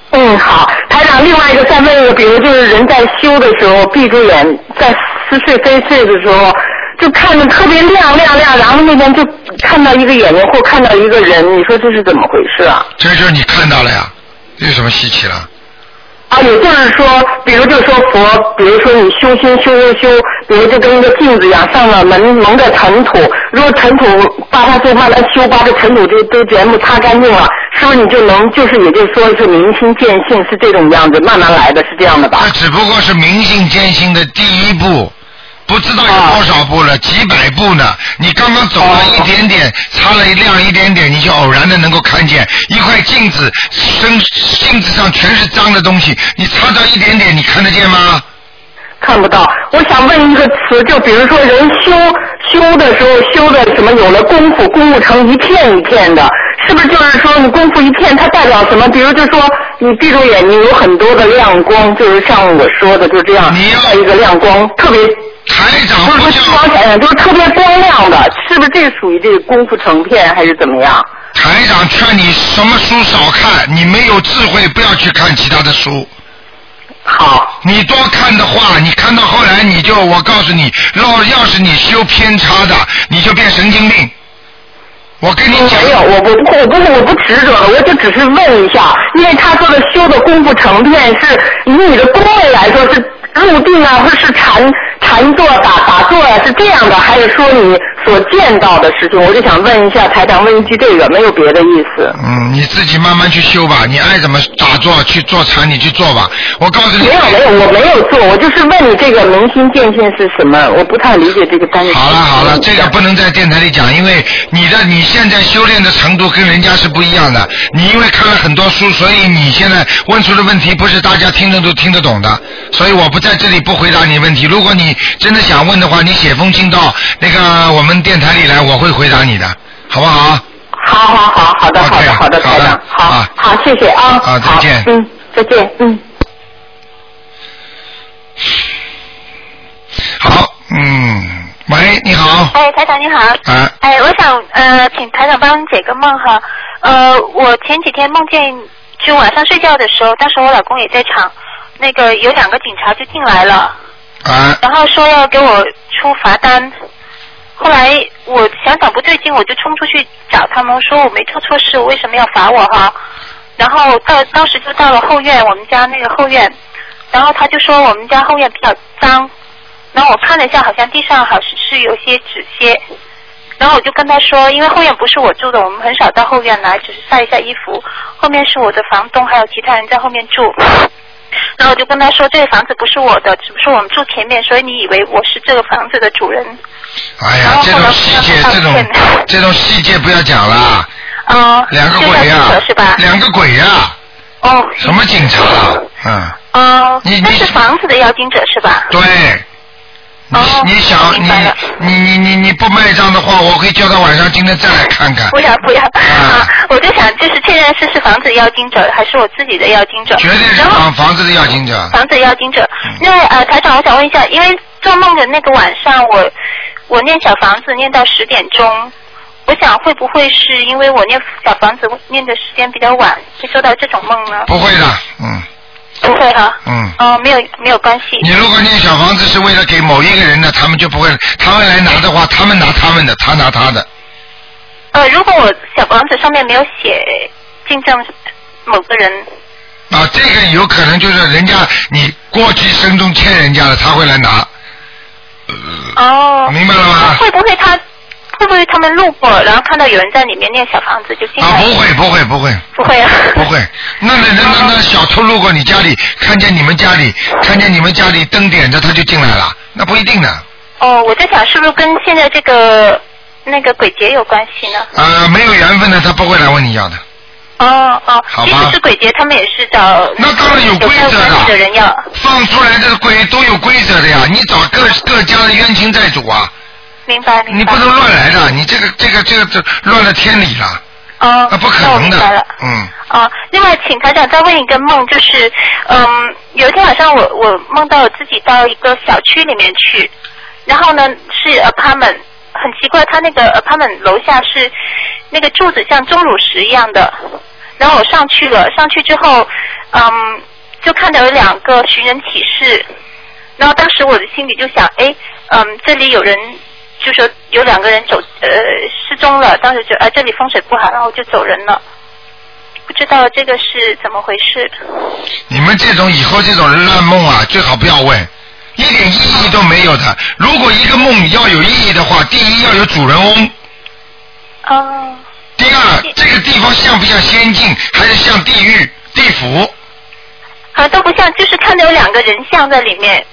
Speaker 9: 嗯，好，台长，另外一个再问一个，比如就是人在修的时候，闭着眼在似睡非睡的时候，就看着特别亮亮亮，然后那边就看到一个眼睛或看到一个人，你说这是怎么回事啊？
Speaker 2: 这就是你看到了呀，有什么稀奇了？
Speaker 9: 啊，也就是说，比如就说佛，比如说你修心修修修，比如就跟一个镜子一样，上了门蒙着尘土，如果尘土把它就慢慢修，把这尘土就都全部擦干净了，是不是你就能就是也就是说是明心见性是这种样子，慢慢来的是这样的吧？
Speaker 2: 那只不过是明心见性的第一步，不知道有多少步了，几百步呢。你刚刚走了一点点，擦了一亮一点点，你就偶然的能够看见一块镜子，身镜子上全是脏的东西，你擦到一点点，你看得见吗？
Speaker 9: 看不到。我想问一个词，就比如说人修修的时候修的什么，有了功夫，功夫成一片一片的，是不是就是说你功夫一片，它代表什么？比如就说你闭住眼睛有很多的亮光，就是像我说的，就这样，在一个亮光，特别。
Speaker 2: 台长
Speaker 9: 不是说光闪闪，就是特别光亮的，是不是这属于这个功夫成片还是怎么样？
Speaker 2: 台长劝你什么书少看，你没有智慧不要去看其他的书。
Speaker 9: 好，
Speaker 2: 你多看的话，你看到后来你就，我告诉你，要要是你修偏差的，你就变神经病。我跟你讲，
Speaker 9: 哦没有，我不，我不是，我不执着了，我就只是问一下，因为他说的修的功夫成片是以你的功位来说是入定啊，或者是禅禅坐打打坐啊，是这样的，还是说你所见到的事情？我就想问一下台长，问一句这个，没有别的意思。
Speaker 2: 嗯，你自己慢慢去修吧，你爱怎么打坐去做禅，你去做吧。我告诉你，
Speaker 9: 没有没有，我没有做，我就是问你这个明心见性是什么，我不太理解这个单词。
Speaker 2: 好了好
Speaker 13: 嗯
Speaker 2: 了，这个不能在电台里讲，因为你的你现在修炼的程度跟人家是不一样的。你因为看了很多书，所以你现在问出的问题不是大家听着都听得懂的，所以我不在这里不回答你问题。如果你真的想问的话，你写封信到那个我们电台里来，我会回答你的，好不好？
Speaker 9: 好好好，好的好的好的，台长，好好谢谢啊，
Speaker 2: 啊，再见。
Speaker 9: 嗯，再见，嗯。
Speaker 2: 好，嗯，喂，你好，
Speaker 13: 哎，台长你好。
Speaker 2: 啊。
Speaker 13: 哎，我想呃，请台长帮解个梦哈。呃，我前几天梦见，就晚上睡觉的时候，当时我老公也在场，那个有两个警察就进来了，
Speaker 2: 啊
Speaker 13: 然后说要给我出罚单。后来我想想不对劲，我就冲出去找他们，说我没做错事，为什么要罚我哈？然后到当时就到了后院，我们家那个后院，然后他就说我们家后院比较脏，然后我看了一下，好像地上好像是有些纸屑，然后我就跟他说，因为后院不是我住的，我们很少到后院来，只是晒一下衣服，后面是我的房东还有其他人在后面住。然后我就跟他说，这个房子不是我的，只不过我们住前面，所以你以为我是这个房子的主人。
Speaker 2: 哎呀，这种细节，这种这种细节不要讲了，
Speaker 13: 嗯、
Speaker 2: 两个
Speaker 13: 就
Speaker 2: 鬼呀、
Speaker 13: 要记得是吧？
Speaker 2: 两个鬼啊呀、
Speaker 13: 哦。呃
Speaker 2: 什么警察啊？
Speaker 13: 嗯、
Speaker 2: 嗯，
Speaker 13: 但是房子的要经者是吧？
Speaker 2: 对，你
Speaker 6: 哦
Speaker 2: 你想你你你你你不卖账的话，我会叫他晚上今天再来看看。
Speaker 6: 不要不要啊！我就想，就是确认是是房子要经者还是我自己的要经者。
Speaker 2: 绝对是
Speaker 6: 然后啊
Speaker 2: 房房子的嗯要经者。
Speaker 6: 房子要经者。那呃，台长，我想问一下，因为做梦的那个晚上，我我念小房子念到十点钟，我想会不会是因为我念小房子念的时间比较晚，会做到这种梦呢？
Speaker 2: 不会的，嗯
Speaker 6: 不会哈。
Speaker 2: 嗯。
Speaker 6: 哦，没有没有关系。
Speaker 2: 你如果念小房子是为了给某一个人的，他们就不会，他们来拿的话，他们拿他们的，他拿他的。
Speaker 6: 呃，如果我小房子上面没有写进证某个人，
Speaker 2: 啊，这个有可能就是人家你过去生中欠人家的，他会来拿。
Speaker 6: 哦，
Speaker 2: 明白了吗？
Speaker 6: 会不会他会不会他们路过，然后看到有人在里面念小房子就进来？
Speaker 2: 啊，不会，不会，不会。
Speaker 6: 不会啊。
Speaker 2: 不会，那那那那那小偷路过你家里，看见你们家里，看见你们家里灯点着，他就进来了，那不一定的。
Speaker 6: 哦，我在想是不是跟现在这个那个鬼节有关系呢？
Speaker 2: 呃，没有缘分的，他不会来问你要的。
Speaker 6: 哦哦，
Speaker 2: 好吧
Speaker 6: 即使是鬼节，他们也是找那当然有
Speaker 2: 规则的
Speaker 6: 关系的人要。
Speaker 2: 放出来的鬼都有规则的呀，你找各各家的冤亲债主啊，
Speaker 6: 明白明白。
Speaker 2: 你不能乱来的，你这个这个这个这乱了天理了。
Speaker 6: 哦，
Speaker 2: 那不可
Speaker 6: 那我
Speaker 2: 能
Speaker 6: 明
Speaker 2: 的
Speaker 6: 白了。
Speaker 2: 嗯，
Speaker 6: 啊，另外，请台长再问一个梦，就是，嗯，有一天晚上我我梦到我自己到一个小区里面去，然后呢是 apartment，很奇怪，它那个 apartment 楼下是那个柱子像钟乳石一样的，然后我上去了，上去之后，嗯，就看到有两个寻人启事，然后当时我的心里就想，哎，嗯，这里有人就说有两个人走呃失踪了，当时就啊这里风水不好，然后我就走人了，不知道这个是怎么回事。
Speaker 2: 你们这种以后这种乱梦啊，最好不要问，一点意义都没有的。如果一个梦要有意义的话，第一要有主人翁。
Speaker 6: 哦。
Speaker 2: 第二，这个地方像不像仙境，还是像地狱、地府？
Speaker 6: 啊，都不像，就是看到有两个人像在里面，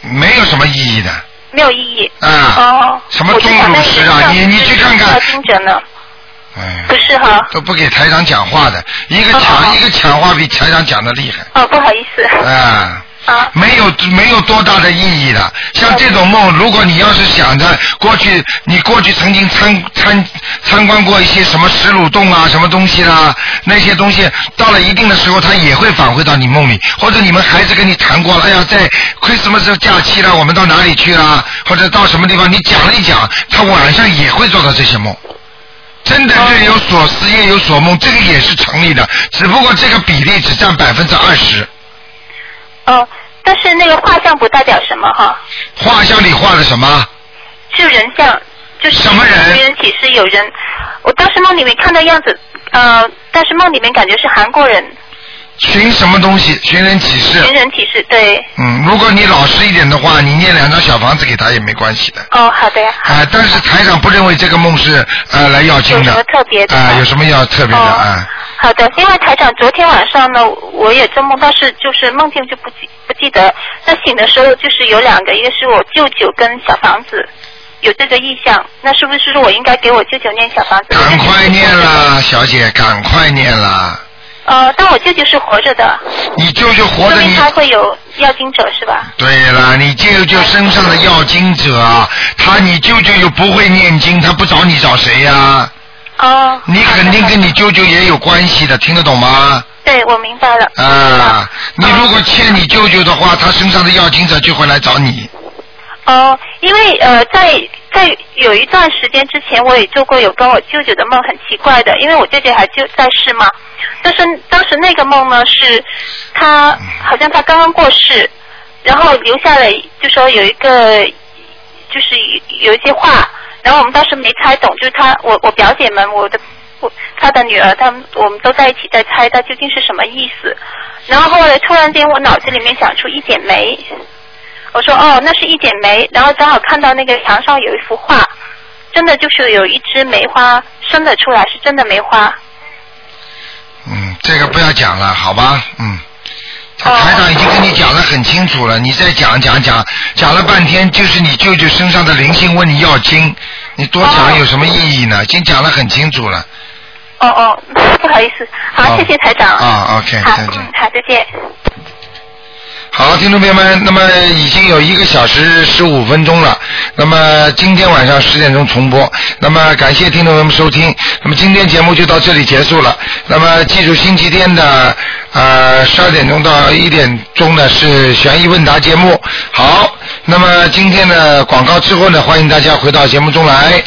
Speaker 2: 没有什么意义的。
Speaker 6: 没有意义。
Speaker 2: 啊
Speaker 6: 哦。
Speaker 2: 什么钟乳石啊？你你去看看。
Speaker 6: 盯着呢。
Speaker 2: 哎。
Speaker 6: 不是哈。
Speaker 2: 都不给台长讲话的，一个抢一个抢话比台长讲的厉害。
Speaker 6: 哦，不好意思。
Speaker 2: 啊。没有没有多大的意义的，像这种梦，如果你要是想着过去，你过去曾经参参参观过一些什么石鲁洞啊，什么东西啦、那些东西到了一定的时候，它也会返回到你梦里，或者你们孩子跟你谈过了，哎呀，在 Christmas 假期了，我们到哪里去啦，或者到什么地方，你讲了一讲，他晚上也会做到这些梦。真的日有所思，夜有所梦，这个也是成立的，只不过这个比例只占百分之二十。
Speaker 6: 哦，但是那个画像不代表什么哈，
Speaker 2: 画像里画的什么？
Speaker 6: 是人像，就是
Speaker 2: 什么人？
Speaker 6: 人启示有人，我当时梦里面看到样子，呃，但是梦里面感觉是韩国人，
Speaker 2: 寻什么东西？寻人启事。
Speaker 6: 寻人启事，对。
Speaker 2: 嗯，如果你老实一点的话，你念两张小房子给他也没关系的。
Speaker 6: 哦，好的呀。嗯
Speaker 2: 啊、但是台长不认为这个梦是呃来要经
Speaker 6: 有
Speaker 2: 的。
Speaker 6: 什么特别的
Speaker 2: 啊、
Speaker 6: 吗
Speaker 2: 有什么要特别的啊？
Speaker 6: 哦好的，另外台长，昨天晚上呢，我也做梦，但是就是梦境就不记不记得。那醒的时候就是有两个，一个是我舅舅跟小房子有这个意向，那是不是说我应该给我舅舅念小房子？
Speaker 2: 赶快念
Speaker 6: [LAUGHS]
Speaker 2: 啦，小姐，赶快念啦！
Speaker 6: 呃，但我舅舅是活着的，
Speaker 2: 你舅舅活
Speaker 6: 说
Speaker 2: 着
Speaker 6: 明
Speaker 2: 你，
Speaker 6: 他会有要经者是吧？
Speaker 2: 对了，你舅舅身上的要经者啊，
Speaker 6: 嗯
Speaker 2: 他你舅舅又不会念经，他不找你找谁呀、
Speaker 6: 哦。
Speaker 2: 你肯定跟你舅舅也有关系的，听得懂吗？
Speaker 6: 对，我明白了。
Speaker 2: 啊，你如果欠你舅舅的话，他身上的要经者就会来找你。
Speaker 6: 哦，因为呃，在在有一段时间之前，我也做过有跟我舅舅的梦，很奇怪的，因为我舅舅还就在世嘛。但是当时那个梦呢，是他好像他刚刚过世，然后留下了就说有一个就是有一些话，然后我们当时没猜懂，就是他我我表姐们我的。我他的女儿，他们我们都在一起在猜他究竟是什么意思。然后后来突然间，我脑子里面想出一剪梅，我说哦，那是一剪梅，然后正好看到那个墙上有一幅画，真的就是有一只梅花生了出来，是真的梅花。
Speaker 2: 嗯，这个不要讲了，好吧？嗯，台长已经跟你讲的很清楚了，你再讲讲讲讲了半天，就是你舅舅身上的灵性问你要经，你多讲有什么意义呢？已经讲得很清楚了。
Speaker 6: 哦哦，不好意思，好，
Speaker 2: 好
Speaker 6: 谢谢台长。
Speaker 2: 哦啊，OK，
Speaker 6: 好
Speaker 2: 再见。
Speaker 6: 嗯，好，再见。
Speaker 2: 好，听众朋友们，那么已经有一个小时十五分钟了，那么今天晚上十点钟重播，那么感谢听众朋友们收听，那么今天节目就到这里结束了，那么记住星期天的呃十二点钟到一点钟呢是悬疑问答节目，好，那么今天的广告之后呢，欢迎大家回到节目中来。